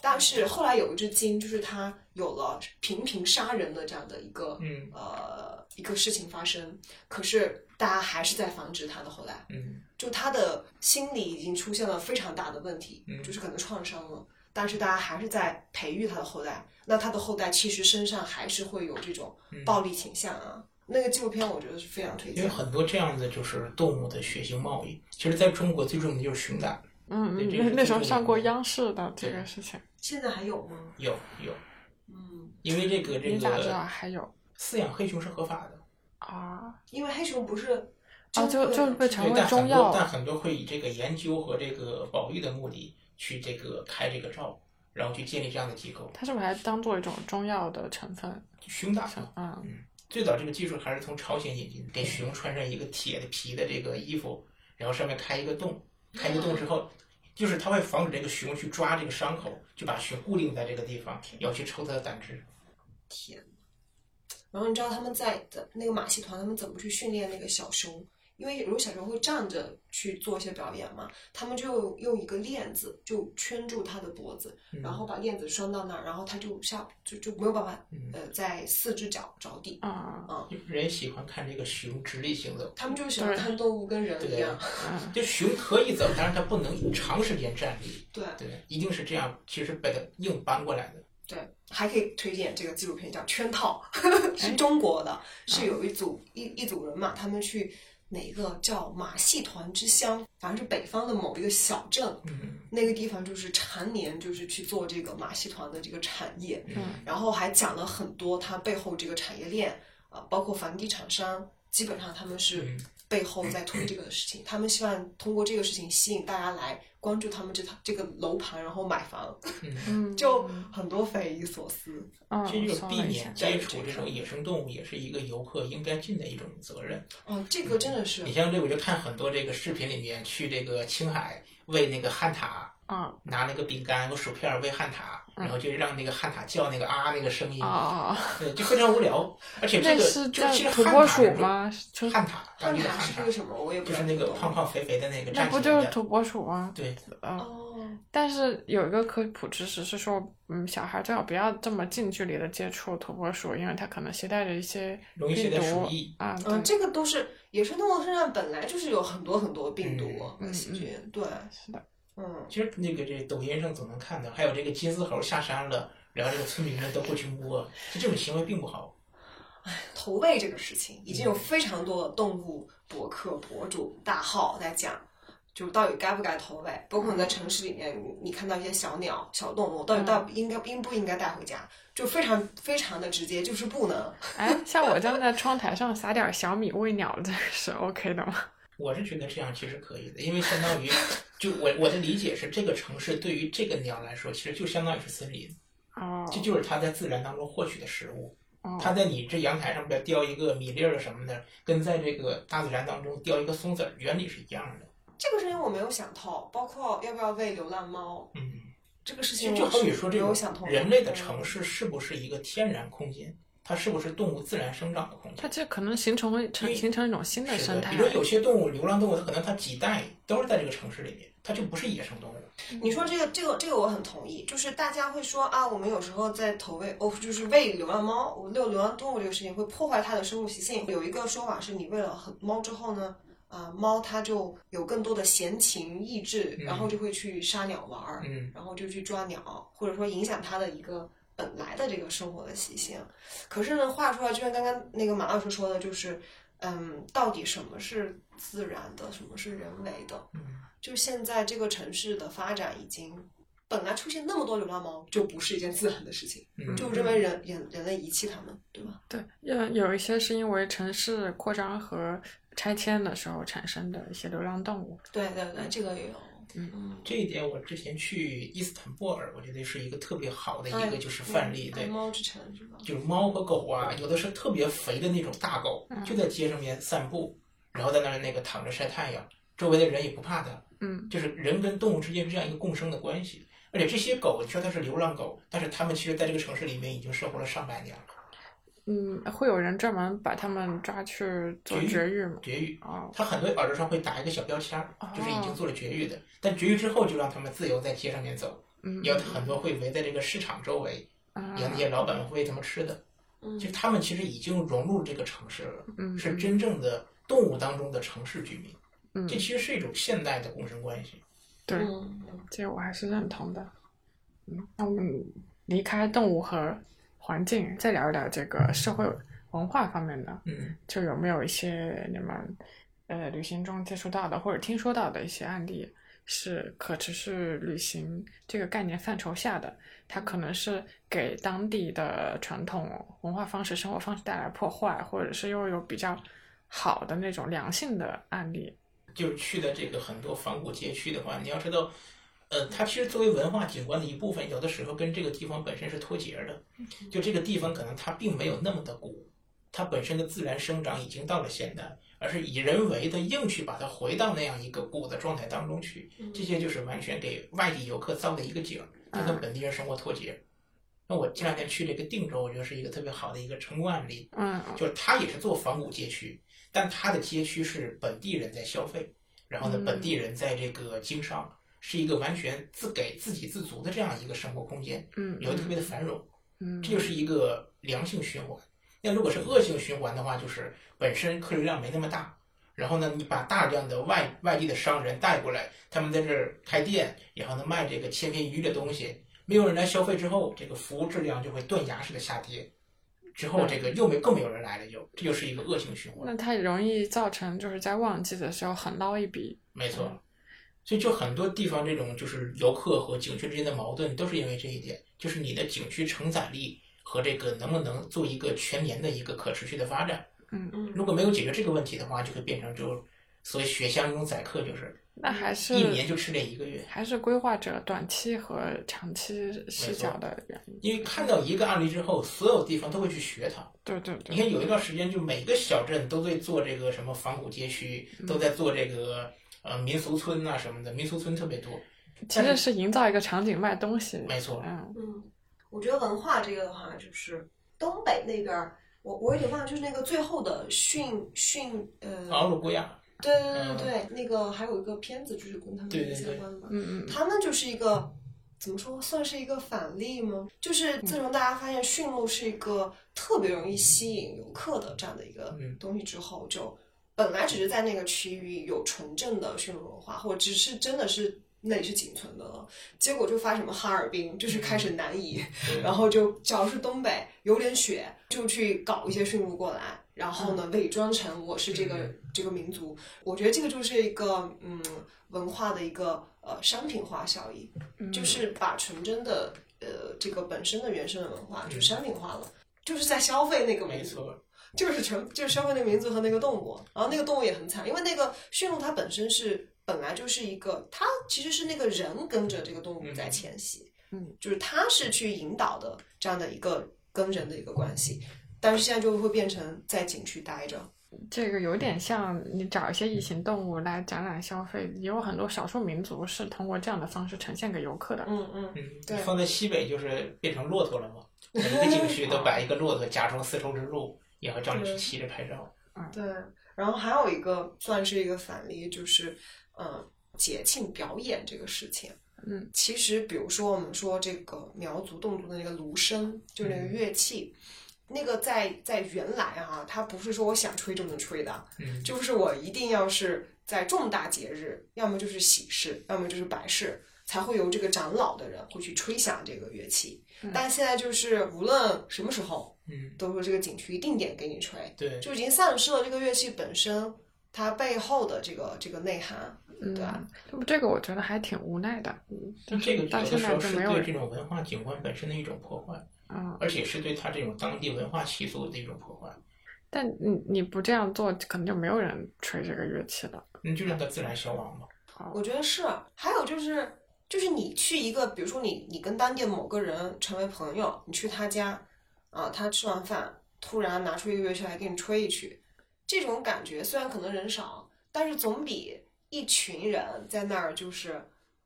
但是后来有一只鲸，就是它有了频频杀人的这样的一个、
嗯
呃一个事情发生，可是大家还是在防止它的后代，
嗯
就它的心理已经出现了非常大的问题，
嗯
就是可能创伤了。但是大家还是在培育它的后代，那它的后代其实身上还是会有这种
嗯，
暴力倾向啊。那个纪录片我觉得是非常推
因为
荐。
很多这样的就是动物的血腥贸易，其实在中国最著名的就是熊胆，
嗯
对
嗯，
这个
那
是
那时候
最
上
著
过
名的
央视的这
对
个事情，
现在还有吗？
有有，
嗯，
因为这个这
你咋知道
个
啊还有
饲养黑熊是合法的，
啊？
因为黑熊不是
哦
啊，就
真
就
的
被成
对，
为
但
中
很
药
多但
了。
很多会以这个研究和这个保育的目的去这个开这个照，然后去建立这样的机构。
它是不是还当做一种中药的成分？
熊胆
像嗯
最早这个技术还是从朝鲜引进，给熊穿上一个铁的皮的这个衣服，然后上面开一个洞，开一个洞之后。就是它会防止这个熊去抓这个伤口，就把熊固定在这个地方，要去抽它的胆汁。
天呐，然后你知道他们在在那个马戏团，他们怎么去训练那个小熊？因为如果小熊会站着去做一些表演嘛，他们就用一个链子就圈住它的脖子，
嗯
然后把链子拴到那儿，然后它就下就就没有办法
嗯
呃在四只脚着地。
啊
人喜欢看这个熊直立行走，
他们就喜欢
对
看动物跟人一
对
样
啊，
嗯，
就熊可以走，但是它不能长时间站立。
对
对，一定是这样，其实把它硬搬过来的。
对，还可以推荐这个纪录片叫《圈 套》，
哎
是中国的，
啊
是有一组一一组人嘛，他们去哪个叫马戏团之乡，反正是北方的某一个小镇，
嗯
那个地方就是常年就是去做这个马戏团的这个产业，
嗯
然后还讲了很多它背后这个产业链啊、包括房地产商，基本上他们是
嗯
背后在推这个事情，他们希望通过这个事情吸引大家来关注他们这套这个楼盘，然后买房，
嗯，
就很多匪夷所思。
嗯，
这就是
搜
避
了一
免
下
接触这种野生动物，也是一个游客应该尽的一种责任。
哦，这个真的是
嗯你像这，我就看很多这个视频里面去这个青海喂那个汉塔，
啊
拿那个饼干和薯片儿喂汉塔，
嗯
然后就让那个汉塔叫那个啊那个声音
啊，啊！啊
对，就非常无聊。而且这
那
个
是
就
叫
是其实
土
汉
拨
塔
鼠
是
吗？就是
汉塔，当
汉
地的
塔
汉
是
塔
个什么？我也不
就
知
是
道
那个胖胖肥肥的那个
那
站起
不
来
就是
的，
土拨鼠吗？
对，
嗯，
哦，
但是有一个科普知识是说，嗯，小孩最好不要这么近距离的接触土拨鼠，因为它可能携带着一些
容易携
病
带
毒
鼠疫。
啊。对
嗯，这个都是野生动物身上本来就是有很多很多病毒和
嗯
细
嗯
菌，对，
是的，
嗯，
其实那个这抖音上总能看到，还有这个金丝猴下山了，然后这个村民们都会去摸，就这种行为并不好。
投喂
嗯
这个事情已经有非常多的动物博客博主大号在讲。就是到底该不该投喂，包括你在
嗯
城市里面，你看到一些小鸟、小动物，到底到应该应不应该带回家，就非常非常的直接，就是不能。
哎，像我这样在窗台上撒点小米喂鸟，这是 OK 的吗？
我是觉得这样其实可以的，因为相当于，就 我我的理解是，这个城市对于这个鸟来说，其实就相当于是森林，
哦
这就是它在自然当中获取的食物。它
哦，
在你这阳台上边叼一个米粒儿什么的，跟在这个大自然当中叼一个松子儿，原理是一样的。
这个事情我没有想透，包括要不要喂流浪猫
嗯，
这个事
其实
情，
就
我
好
是
比说，
没
这
有想嗯透
个人类的城市是不是一个天然空间？它是不是动物自然生长的空间
它？这可能形成会成
对
形成一种新的
是的
生，态
比如。说有些动物，流浪动物，它可能它几代都是在这个城市里面，它就不是野生动物。
你说这个这个这个我很同意，就是大家会说啊，我们有时候在投喂哦，就是喂流浪猫，我遛流浪动物这个事情会破坏它的生物习性。有一个说法是你喂了很猫之后呢，啊、猫它就有更多的闲情逸致，
嗯
然后就会去杀鸟玩儿，
嗯，
然后就去抓鸟，或者说影响它的一个本来的这个生活的习性。可是呢，话说来，就像刚刚那个马老师说的，就是嗯，到底什么是自然的，什么是人为的？
嗯，
就现在这个城市的发展已经。本来出现那么多流浪猫，就不是一件自然的事情，
嗯
就认为人人人类遗弃它们，对吧？
对，有有一些是因为城市扩张和拆迁的时候产生的一些流浪动物。
对对对，这个也有。嗯，
这一点我之前去伊斯坦布尔，我觉得是一个特别好的
哎
一个就是范例，
嗯
对
爱，猫之城是吧？
就是猫和狗啊，有的是特别肥的那种大狗，就在街上面散步，然后在那儿那个躺着晒太阳，周围的人也不怕它，
嗯，
就是人跟动物之间是这样一个共生的关系。而且这些狗，你说它是流浪狗，但是它们其实在这个城市里面已经生活了上百年了，
嗯，会有人专门把它们抓去做
绝育
绝育吗？
绝育。
哦，
它很多耳朵上会打一个小标签儿，就是已经做了绝育的，但绝育之后就让它们自由在街上面走，
嗯，
有很多会围在这个市场周围，
啊
有那些老板会喂它们吃的，
嗯
就他们其实已经融入这个城市了，
嗯，
是真正的动物当中的城市居民，
嗯
这，其实是一种现代的共生关系。
对，
嗯，嗯
这个我还是认同的。嗯，那我们离开动物和环境，再聊一聊这个社会文化方面的，
嗯，
就有没有一些你们呃旅行中接触到的或者听说到的一些案例，是可持续旅行这个概念范畴下的，它可能是给当地的传统文化方式、生活方式带来破坏，或者是又有比较好的那种良性的案例。
就是去的这个很多仿古街区的话，你要知道，呃，它其实作为文化景观的一部分，有的时候跟这个地方本身是脱节的。就这个地方可能它并没有那么的古，它本身的自然生长已经到了现代，而是以人为的硬去把它回到那样一个古的状态当中去，
嗯
这些就是完全给外地游客造的一个景儿，它跟本地人生活脱节。那我前两天去这个定州，我觉得是一个特别好的一个成功案例。
嗯
就是它也是做仿古街区，但它的街区是本地人在消费，然后呢，
嗯
本地人在这个经商，是一个完全自给自给自足的这样一个生活空间，
嗯，
有特别的繁荣，
嗯，
这就是一个良性循环。那如果是恶性循环的话，就是本身客流量没那么大，然后呢，你把大量的外外地的商人带过来，他们在这儿开店，然后呢卖这个千篇一律的东西，没有人来消费之后，这个服务质量就会断崖式的下跌，之后这个又没更没有人来了又，这就是一个恶性循环。
那它也容易造成就是在旺季的时候很捞一笔。
没错，
嗯
所以就很多地方这种就是游客和景区之间的矛盾，都是因为这一点，就是你的景区承载力和这个能不能做一个全年的一个可持续的发展。
嗯
如果没有解决这个问题的话，就会变成就所谓雪乡中宰客，就是
那还是
一年就吃这一个月。
还是规划者短期和长期视角的原因。
因为看到一个案例之后，所有地方都会去学它。
对对对，
你看有一段时间，就每个小镇都在做这个什么仿古街区，
嗯
都在做这个呃民俗村啊什么的，民俗村特别多。
其实是营造一个场景卖东西。
没错，
嗯
嗯，我觉得文化这个的话，就是东北那边儿，我我有点忘了，就是那个最后的训训
敖
呃，
鲁圭亚。
对对对对，那个还有一个片子就是跟他
嗯对
们
对
相
对
关的嘛，
嗯嗯
他们就是一个。怎么说算是一个反例吗？就是
嗯
自从大家发现驯鹿是一个特别容易吸引游客的这样的一个
嗯
东西之后，就本来只是在那个区域有纯正的驯鹿文化，或者只是真的是那里是仅存的了，结果就发什么哈尔滨，就是开始南移，
嗯
哦
然后就只要是东北有点雪，就去搞一些驯鹿过来，然后呢伪装成我是这个这个民族。我觉得这个就是一个嗯文化的一个呃商品化效益，就是把纯真的呃这个本身的原生的文化就商品化了，就是在消费那个
没
民族。
错，
就是全就是消费那个民族和那个动物，然后那个动物也很惨，因为那个驯鹿它本身是本来就是一个，它其实是那个人跟着这个动物在迁徙，
嗯，
就是它是去引导的这样的一个跟人的一个关系，但是现在就会变成在景区待着，
这个有点像你找一些异形动物来展览消费，也有很多少数民族是通过这样的方式呈现给游客的。
嗯嗯，
嗯，
对
放在西北就是变成骆驼了嘛，每一个景区都摆一个骆驼，假装丝绸之路，然后叫你去骑着拍照。
对，然后还有一个算是一个反例，就是嗯、呃节庆表演这个事情。
嗯，
其实比如说我们说这个苗族侗族的那个芦笙，就那个
嗯
乐器，那个在在原来啊，它不是说我想吹就能吹的，
嗯，
就是我一定要是在重大节日，要么就是喜事，要么就是白事，才会由这个长老的人会去吹响这个乐器。
嗯
但现在就是无论什么时候，
嗯，
都说这个景区定点给你吹，
对，
就已经丧失了这个乐器本身它背后的这个这个内涵，
嗯
对啊，
这个我觉得还挺无奈的。嗯，但
这
是
个有
到
的
现
时
在
候
就是没有
对这
人，
种文化景观本身的一种破坏，
嗯，
而且是对它这种当地文化习俗的一种破坏。
但你你不这样做，可能就没有人吹这个乐器了。
那嗯就让它自然消亡吧。
好，
我觉得是。还有就是，就是你去一个，比如说你你跟当地某个人成为朋友，你去他家，啊，他吃完饭突然拿出一个乐器来给你吹一曲，这种感觉虽然可能人少，但是总比一群人在那儿就是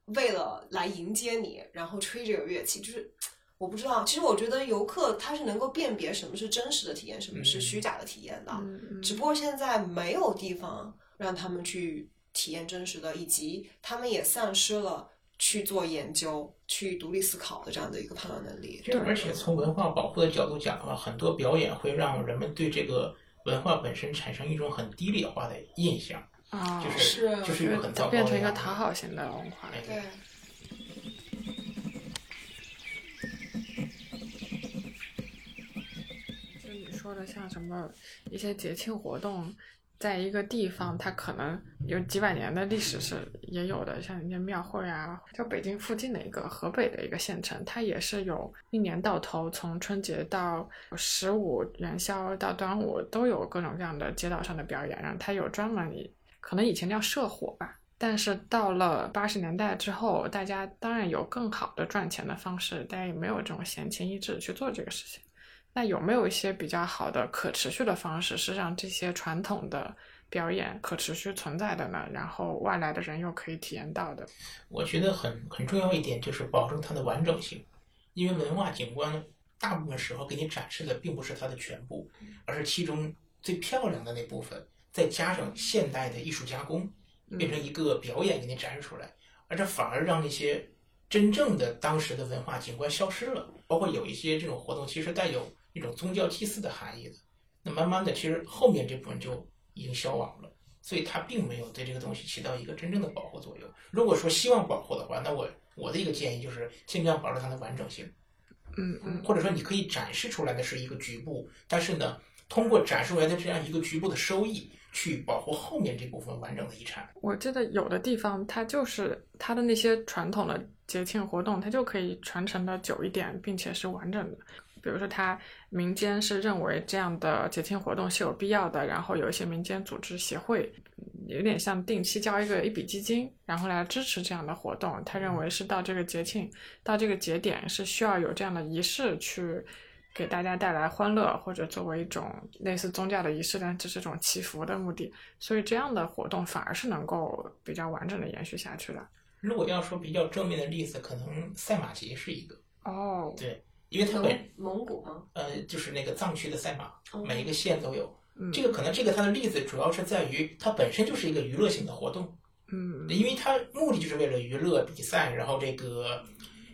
为了来迎接你，然后吹这个乐器，就是。我不知道，其实我觉得游客他是能够辨别什么是真实的体验，什么是虚假的体验的。
啊
嗯嗯
只不过现在没有地方让他们去体验真实的，以及他们也丧失了去做研究、去独立思考的这样的一个判断能力。
对，而且从文化保护的角度讲的话，很多表演会让人们对这个文化本身产生一种很低劣化的印象，
啊，
就是
是
就是一
就是
个很糟糕的
变成一个
样子
讨好型的文化。
哎
对，
就你说的，像什么一些节庆活动，在一个地方，它可能有几百年的历史是也有的，像一些庙会啊，就北京附近的一个河北的一个县城，它也是有一年到头，从春节到十五元宵到端午，都有各种各样的街道上的表演，然后它有专门以可能以前叫社火吧。但是到了八十年代之后，大家当然有更好的赚钱的方式，大家也没有这种闲情逸致去做这个事情。那有没有一些比较好的可持续的方式，是让这些传统的表演可持续存在的呢？然后外来的人又可以体验到的。
我觉得很很重要一点就是保证它的完整性，因为文化景观大部分时候给你展示的并不是它的全部，而是其中最漂亮的那部分，再加上现代的艺术加工，变成一个表演给你展示出来，而这反而让那些真正的当时的文化景观消失了。包括有一些这种活动，其实带有一种宗教祭祀的含义的。那慢慢的，其实后面这部分就已经消亡了，所以它并没有对这个东西起到一个真正的保护作用。如果说希望保护的话，那我我的一个建议就是尽量保证它的完整性，
嗯嗯
或者说你可以展示出来的是一个局部，但是呢，通过展示出来的这样一个局部的收益，去保护后面这部分完整的遗产。
我记得有的地方它就是它的那些传统的节庆活动，它就可以传承的久一点，并且是完整的。比如说，它民间是认为这样的节庆活动是有必要的，然后有一些民间组织协会，有点像定期交一个一笔基金，然后来支持这样的活动。他认为是到这个节庆，到这个节点是需要有这样的仪式去给大家带来欢乐，或者作为一种类似宗教的仪式，但只是这种祈福的目的。所以这样的活动反而是能够比较完整的延续下去的。
如果要说比较正面的例子，可能赛马节是一个，
哦，
对，因为它本
蒙蒙古吗？
呃就是那个藏区的赛马，
哦
每一个县都有。
嗯
这个可能这个它的例子主要是在于它本身就是一个娱乐性的活动，
嗯，
因为它目的就是为了娱乐比赛，然后这个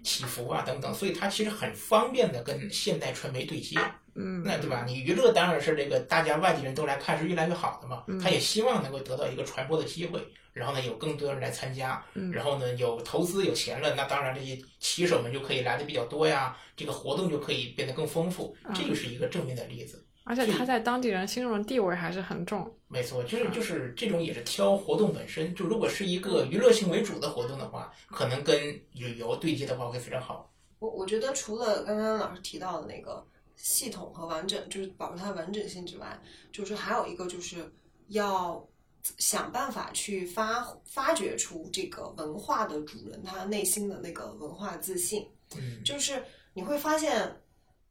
祈福啊等等，所以它其实很方便的跟现代传媒对接。
嗯，
那对吧？你娱乐当然是这个大家外地人都来看是越来越好的嘛，他也希望能够得到一个传播的机会，然后呢有更多人来参加，
嗯
然后呢有投资有钱了，那当然这些骑手们就可以来的比较多呀，这个活动就可以变得更丰富，这就是一个正面的例子。
而且他在当地人心中的地位还是很重。
没错，就是就是这种也是挑活动本身，就如果是一个娱乐性为主的活动的话，可能跟旅游对接的话会非常好。
我我觉得除了刚刚老师提到的那个系统和完整，就是保持它的完整性之外，就是还有一个就是要想办法去发发掘出这个文化的主人他内心的那个文化自信。
嗯，
就是你会发现，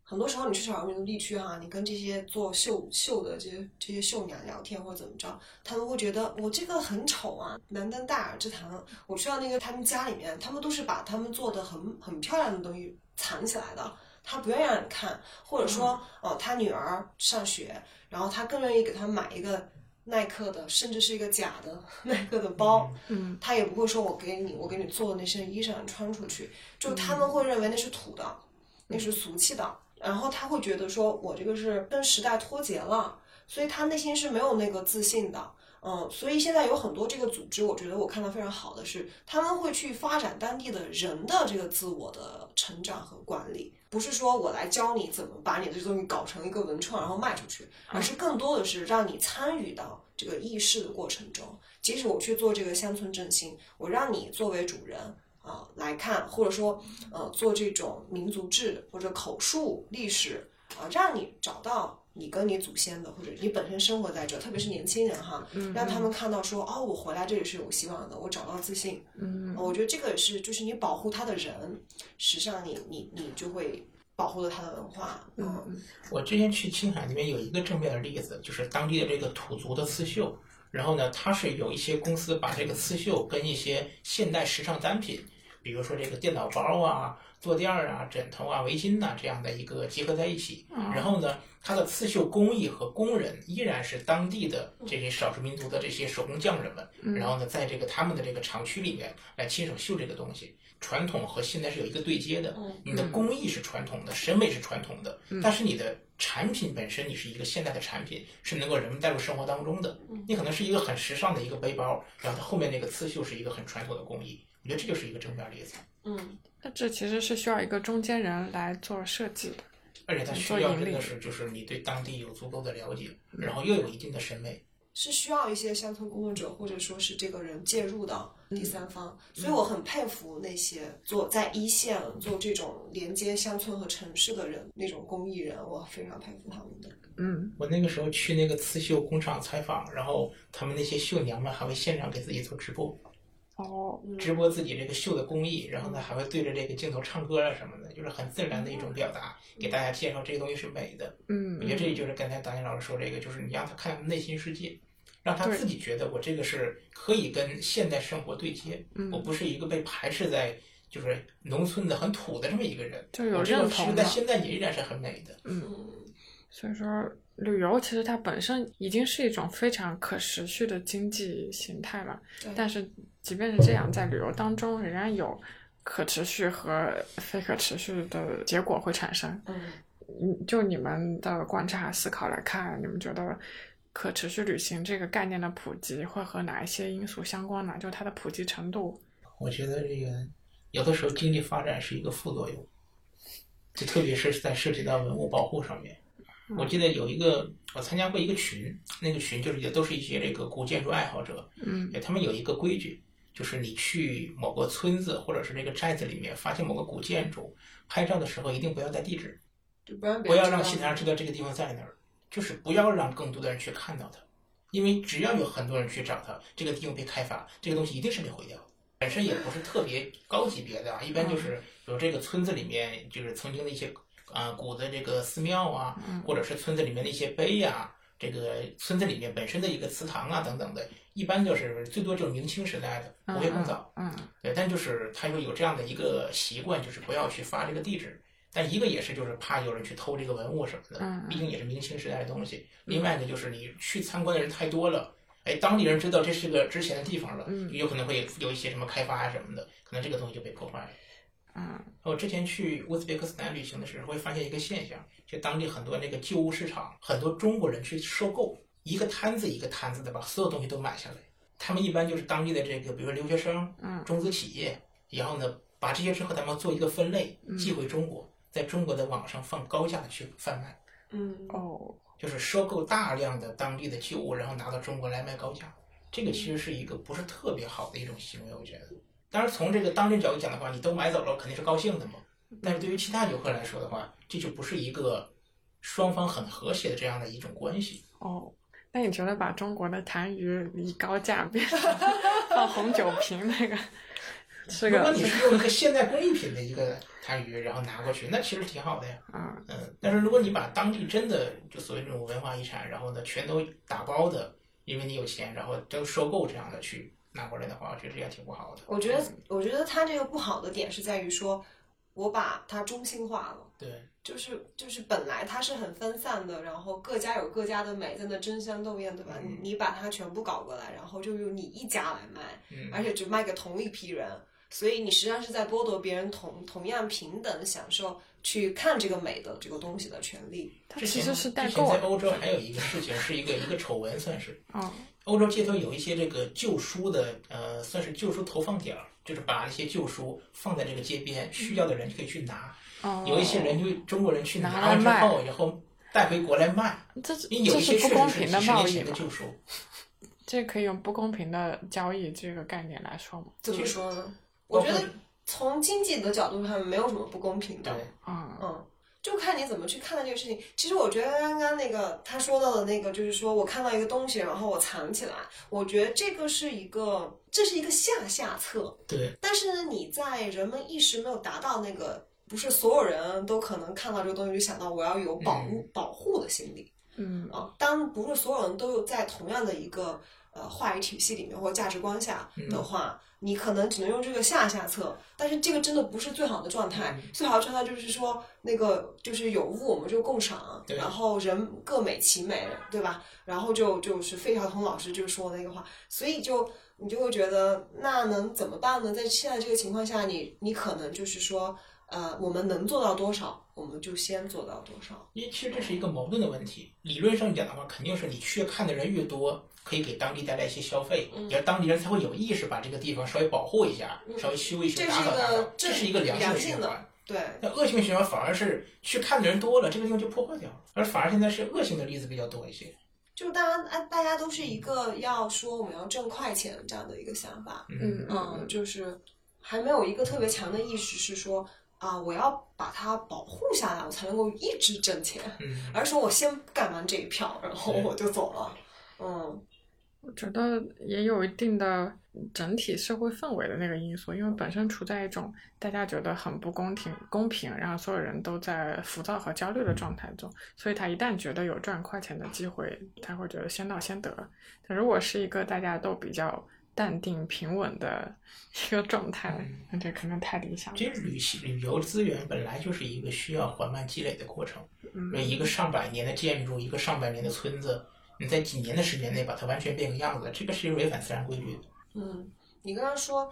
很多时候你去少数民族地区哈、你跟这些做秀秀的这些这些秀娘聊天或者怎么着，他们会觉得我这个很丑啊，南登大雅之堂。我去到那个他们家里面，他们都是把他们做的很很漂亮的东西藏起来的。他不愿意让你看，或者说，哦，他女儿上学，然后他更愿意给他买一个耐克的，甚至是一个假的 耐克的包，
嗯
他也不会说我给你，我给你做的那身衣裳你穿出去，就他们会认为那是土的，那是俗气的，然后他会觉得说我这个是跟时代脱节了，所以他内心是没有那个自信的。嗯，所以现在有很多这个组织，我觉得我看到非常好的是，他们会去发展当地的人的这个自我的成长和管理，不是说我来教你怎么把你的这东西搞成一个文创然后卖出去，而是更多的是让你参与到这个议事的过程中。即使我去做这个乡村振兴，我让你作为主人啊、来看，或者说呃做这种民族志或者口述历史啊、让你找到。你跟你祖先的，或者你本身生活在这，特别是年轻人哈，
嗯
让他们看到说，哦，我回来这里是有希望的，我找到自信。
哦
嗯
我觉得这个也是，就是你保护他的人，实际上你你你就会保护了他的文化。
嗯
嗯，
我之前去青海那边有一个正面的例子，就是当地的这个土族的刺绣。然后呢，它是有一些公司把这个刺绣跟一些现代时尚单品，比如说这个电脑包啊、坐垫儿啊、枕头啊、围巾呐、这样的一个结合在一起。然后呢，它的刺绣工艺和工人依然是当地的这些少数民族的这些手工匠人们。然后呢，在这个他们的这个厂区里面来亲手绣这个东西，传统和现代是有一个对接的
嗯。
你的工艺是传统的，审美是传统的，但是你的产品本身你是一个现代的产品，是能够人们带入生活当中的。你可能是一个很时尚的一个背包，然后它后面那个刺绣是一个很传统的工艺。我觉得这就是一个正面例子，
嗯，
那这其实是需要一个中间人来做设计的。
而且它需要真的是就是你对当地有足够的了解，然后又有一定的审美。
是需要一些乡村工作者或者说是这个人介入的
嗯
第三方，所以我很佩服那些做在一线做这种连接乡村和城市的人，那种工艺人，我非常佩服他们的。
嗯
我那个时候去那个刺绣工厂采访，然后他们那些绣娘们还会现场给自己做直播，
哦
嗯
直播自己这个绣的工艺，然后呢
嗯
还会对着这个镜头唱歌啊什么的，就是很自然的一种表达，给大家介绍这个东西是美的。
嗯
我觉得这就是刚才达宁老师说这个，就是你让他看内心世界，让他自己觉得我这个是可以跟现代生活对接，
嗯
我不是一个被排斥在就是农村的很土的这么一个人，
就有
我这个
认
其
同
实
的
在现在也依然是很美的。
嗯
所以说，旅游其实它本身已经是一种非常可持续的经济形态了
嗯
对。
但是，即便是这样，在旅游当中仍然有可持续和非可持续的结果会产生。
嗯，
嗯，就你们的观察思考来看，你们觉得可持续旅行这个概念的普及会和哪一些因素相关呢？就它的普及程度。
我觉得这个有的时候经济发展是一个副作用，就特别是在涉及到文物保护上面。我记得有一个我参加过一个群，那个群就是也都是一些这个古建筑爱好者，
嗯
对他们有一个规矩，就是你去某个村子或者是这个寨子里面发现某个古建筑，拍照的时候一定不要带地址，
就不让别
不
人
要让
知道
其他人知道这个地方在哪儿，就是不要让更多的人去看到它，因为只要有很多人去找它，这个地方被开发，这个东西一定是被毁掉的。本身也不是特别高级别的啊，一般就是
嗯
有这个村子里面就是曾经的一些啊、呃古的这个寺庙啊，
嗯
或者是村子里面的一些碑呀、这个村子里面本身的一个祠堂啊等等的，一般就是最多就是明清时代的，
嗯
不会更早。
嗯
对，但就是他会有这样的一个习惯，就是不要去发这个地址。但一个也是就是怕有人去偷这个文物什么
嗯
的，毕竟也是明清时代的东西。另外一个就是你去参观的人太多了，哎，当地人知道这是个值钱的地方了，有可能会有一些什么开发啊什么的，可能这个东西就被破坏了。
嗯，
我之前去乌兹别克斯坦旅行的时候，会发现一个现象，就当地很多那个旧物市场，很多中国人去收购，一个摊子一个摊子的把所有东西都买下来。他们一般就是当地的这个，比如说留学生、
嗯
中资企业，然后呢把这些之后咱们做一个分类，寄回中国，在中国的网上放高价去贩卖，
嗯，
哦，
就是收购大量的当地的旧物，然后拿到中国来卖高价。这个其实是一个不是特别好的一种行为，我觉得。当然，从这个当地角度讲的话，你都买走了，肯定是高兴的嘛。但是对于其他游客来说的话，这就不是一个双方很和谐的这样的一种关系。
哦，那你觉得把中国的痰盂以高价变 成放红酒瓶那个，是
如果
个
你是用一个现代工艺品的一个痰盂，然后拿过去，那其实挺好的呀。
啊、
嗯，但是如果你把当地真的就所谓这种文化遗产，然后呢全都打包的，因为你有钱，然后都收购这样的去拿过来的话，我觉得这样挺不好的。
我觉得，
嗯
我觉得他这个不好的点是在于说，我把它中心化了。
对，
就是就是本来它是很分散的，然后各家有各家的美，在那争相斗艳，对吧？
嗯
你你把它全部搞过来，然后就用你一家来卖，
嗯，
而且只卖给同一批人，所以你实际上是在剥夺别人同同样平等享受去看这个美的这个东西的权利。
它
之
其
前
实是代
之前
购
在
啊。
欧洲还有一个事情，是一个一个丑闻，算是
哦
欧洲街头有一些这个旧书的，呃，算是旧书投放点儿，就是把一些旧书放在这个街边，需要的人就可以去拿。
哦，
有一些人就中国人去
拿
拿
来
完之
卖
后，然后带回国来卖。
这是
因为有
这
一些
是
确
不
实
公
是
平
几十
贸
年
易
前的
嘛？
旧书。
这可以用不公平的交易这个概念来说嘛？
怎
就
么
是
说呢？
包
我
括
觉得从经济的角度上没有什么不公平的
对。，
啊、
嗯，就看你怎么去看待这个事情。其实我觉得刚刚那个他说到的那个，就是说我看到一个东西，然后我藏起来，我觉得这个是一个，这是一个下下策。
对，
但是呢，你在人们意识没有达到那个，不是所有人都可能看到这个东西就想到我要有保护、保护的心理
嗯，
啊。当不是所有人都有在同样的一个呃话语体系里面或价值观下的话，你可能只能用这个下下策，但是这个真的不是最好的状态。最好的状态就是说，那个就是有物我们就共赏，
对
然后人各美其美，对吧？然后就就是费孝通老师就说那个话，所以就你就会觉得那能怎么办呢？在现在这个情况下，你你可能就是说，呃，我们能做到多少，我们就先做到多少。
因为其实这是一个矛盾的问题。理论上讲的话，肯定是你去看的人越多，可以给当地带来一些消费，
嗯
也是当地人才会有意识把这个地方稍微保护一下，稍微修一修，
这
打
是一
扫打扫
个，
这是一
个
个良性
良
的循
性
环
的。，对，
那恶性循环反而是去看的人多了，这个地方就破坏掉了，而反而现在是恶性的例子比较多一些。
就是大家哎，大家都是一个要说我们要挣快钱这样的一个想法，
嗯
嗯，就是还没有一个特别强的意识是说啊，我要把它保护下来，我才能够一直挣钱，
嗯，
而是说我先干完这一票，然后我就走了。嗯，
我觉得也有一定的整体社会氛围的那个因素，因为本身处在一种大家觉得很不公平、公平，然后所有人都在浮躁和焦虑的状态中，所以他一旦觉得有赚快钱的机会，他会觉得先到先得。但如果是一个大家都比较淡定平稳的一个状态，那这可能太理想了。
嗯其实旅行旅游资源本来就是一个需要缓慢积累的过程，因为
嗯
一个上百年的建筑，一个上百年的村子，你在几年的时间内把它完全变个样子，这个是违反自然规律的。
嗯，你刚刚说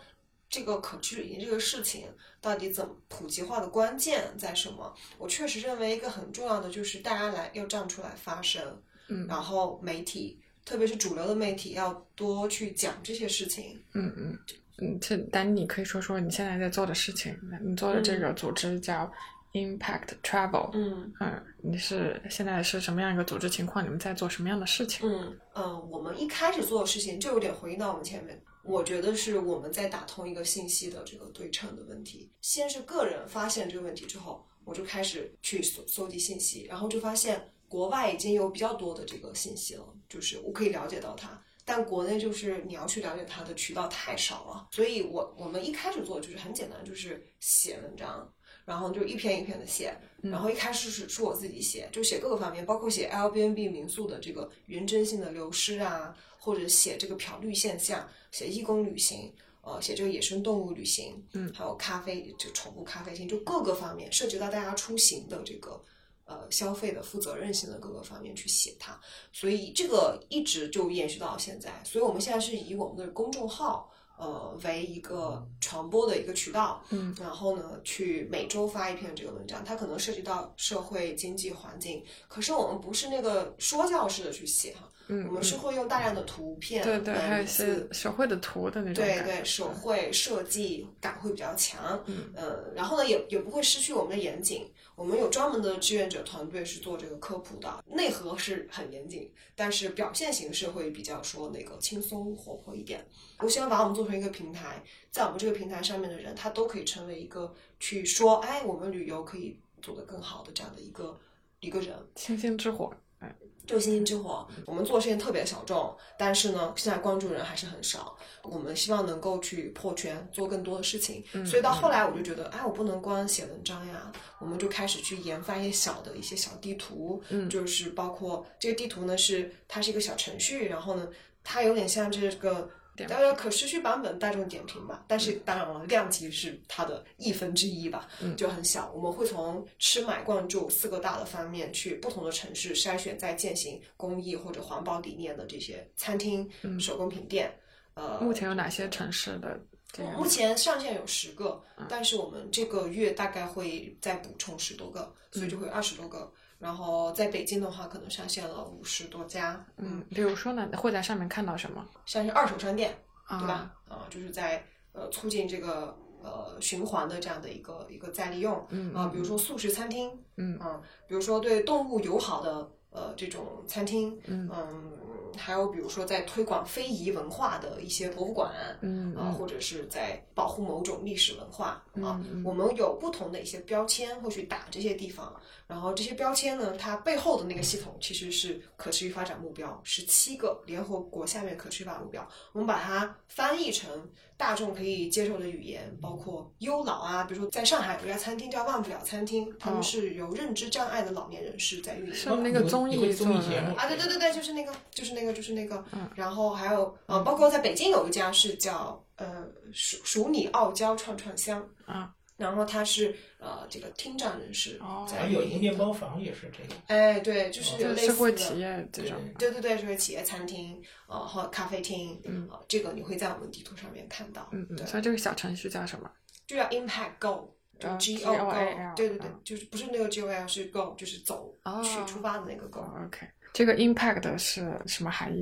这个可持续旅行这个事情到底怎么普及化的关键在什么？我确实认为一个很重要的就是大家来要站出来发声，
嗯
然后媒体，特别是主流的媒体要多去讲这些事情。
嗯嗯嗯，这丹尼，你可以说说你现在在做的事情。你做的这个组织叫 Impact Travel，
嗯。
嗯，你是现在是什么样一个组织情况？你们在做什么样的事情？
嗯呃，我们一开始做的事情就有点回应到我们前面，我觉得是我们在打通一个信息的这个对称的问题。先是个人发现这个问题之后，我就开始去搜搜集信息，然后就发现国外已经有比较多的这个信息了，就是我可以了解到它。但国内就是你要去了解它的渠道太少了，所以我我们一开始做的就是很简单，就是写文章，然后就一篇一篇的写，然后一开始是是我自己写，就写各个方面，包括写 Airbnb 民宿的这个原真性的流失啊，或者写这个漂绿现象，写义工旅行，呃，写这个野生动物旅行，
嗯
还有咖啡就宠物咖啡厅，就各个方面涉及到大家出行的这个呃消费的负责任性的各个方面去写它，所以这个一直就延续到现在，所以我们现在是以我们的公众号。呃为一个传播的一个渠道，
嗯，
然后呢去每周发一篇这个文章，它可能涉及到社会经济环境，可是我们不是那个说教式的去写哈，
嗯，
我们是会用大量的图片、
对对，还有
文
一
字
些手绘的图的那种
对
感
对，
觉
手绘设计感会比较强，
嗯
呃，然后呢也也不会失去我们的严谨，我们有专门的志愿者团队是做这个科普的，内核是很严谨，但是表现形式会比较说那个轻松活泼一点。我希望把我们做成一个平台，在我们这个平台上面的人，他都可以成为一个去说，哎，我们旅游可以做得更好的这样的一个一个人。
星星之火，哎，
就星星之火，我们做的事情特别小众，但是呢，现在关注人还是很少。我们希望能够去破圈，做更多的事情。
嗯
所以到后来，我就觉得，哎，我不能光写文章呀，我们就开始去研发一些小的一些小地图，
嗯
就是包括这个地图呢是它是一个小程序，然后呢，它有点像这个。
点
当然，可持续版本大众点评吧，但是当然了，量级是它的一分之一吧，
嗯
就很小。我们会从吃、买、逛、住四个大的方面去不同的城市筛选，在践行公益或者环保理念的这些餐厅、
嗯
手工品店，呃，哦
目前有哪些城市的这个？
目前上线有十个
嗯，
但是我们这个月大概会再补充十多个，所以就会有二十多个。然后在北京的话，可能上线了五十多家，
嗯，，比如说呢，会在上面看到什么？
像是二手商店，
啊
对吧？啊、就是在呃促进这个呃循环的这样的一个一个再利用
嗯
啊、比如说素食餐厅，
嗯
嗯，比如说对动物友好的呃这种餐厅，
嗯
嗯，还有比如说在推广非遗文化的一些博物馆，
嗯
啊，或者是在保护某种历史文化啊
嗯嗯，
我们有不同的一些标签会去打这些地方，然后这些标签呢，它背后的那个系统其实是可持续发展目标十七个联合国下面可持续发展目标，我们把它翻译成大众可以接受的语言，包括优老啊，比如说在上海有一家餐厅叫忘不了餐厅，他们
哦
是有认知障碍的老年人士在运营的，
是那个综艺
有个综艺
做的
节目
啊，对对对对，就是那个，就是那个，就是那个。
嗯
然后还有呃，包括在北京有一家是叫呃蜀蜀里傲娇串串香，
啊，
然后它是呃这个听障人士
哦
好
在
像有一
运
个
营
面
的，
包房也是这个，
哎，对，就是有
嗯就
类
社会
似
企
的。
业这种。
对对对，社会企业餐厅，呃，或咖啡厅，
嗯
呃这个你会在我们地图上面看到，
嗯
对
嗯，，所以这个小程序叫什么？
就叫 Impact Go，就
啊
G O
GOAL
Go，对对对
嗯，
就是不是那个 G O L，是 Go，就是走
哦
去出发的那个 Go，
哦，OK，这个 impact 是什么含义？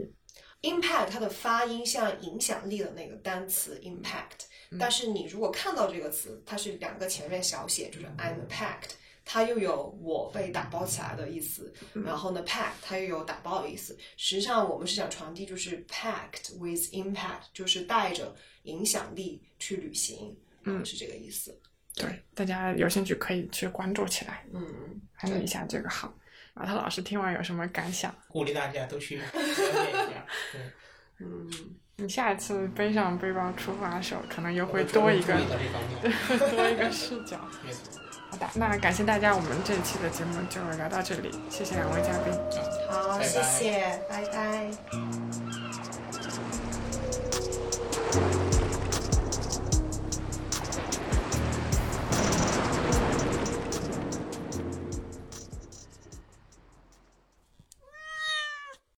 impact 它的发音像影响力的那个单词 impact，、
嗯
但是你如果看到这个词，它是两个前面小写，就是 I'm packed，它又有我被打包起来的意思，
嗯
然后呢 pack 它又有打包的意思。实际上我们是想传递就是 packed with impact，就是带着影响力去旅行，
嗯
是这个意思。
对，大家有兴趣可以去关注起来，
嗯，
安利一下这个号。马特老师听完有什么感想？
鼓励大家都去了解一下。对，
嗯，
你下一次背上背包出发的时候，可能又 会
我
多一
注
个
意到这方面。
呃 多一个视角。
没错
好的，那感谢大家，我们这一期的节目就聊到这里，谢谢两位嘉宾。
啊
嗯好，
拜
谢
拜
谢，拜拜。
拜拜。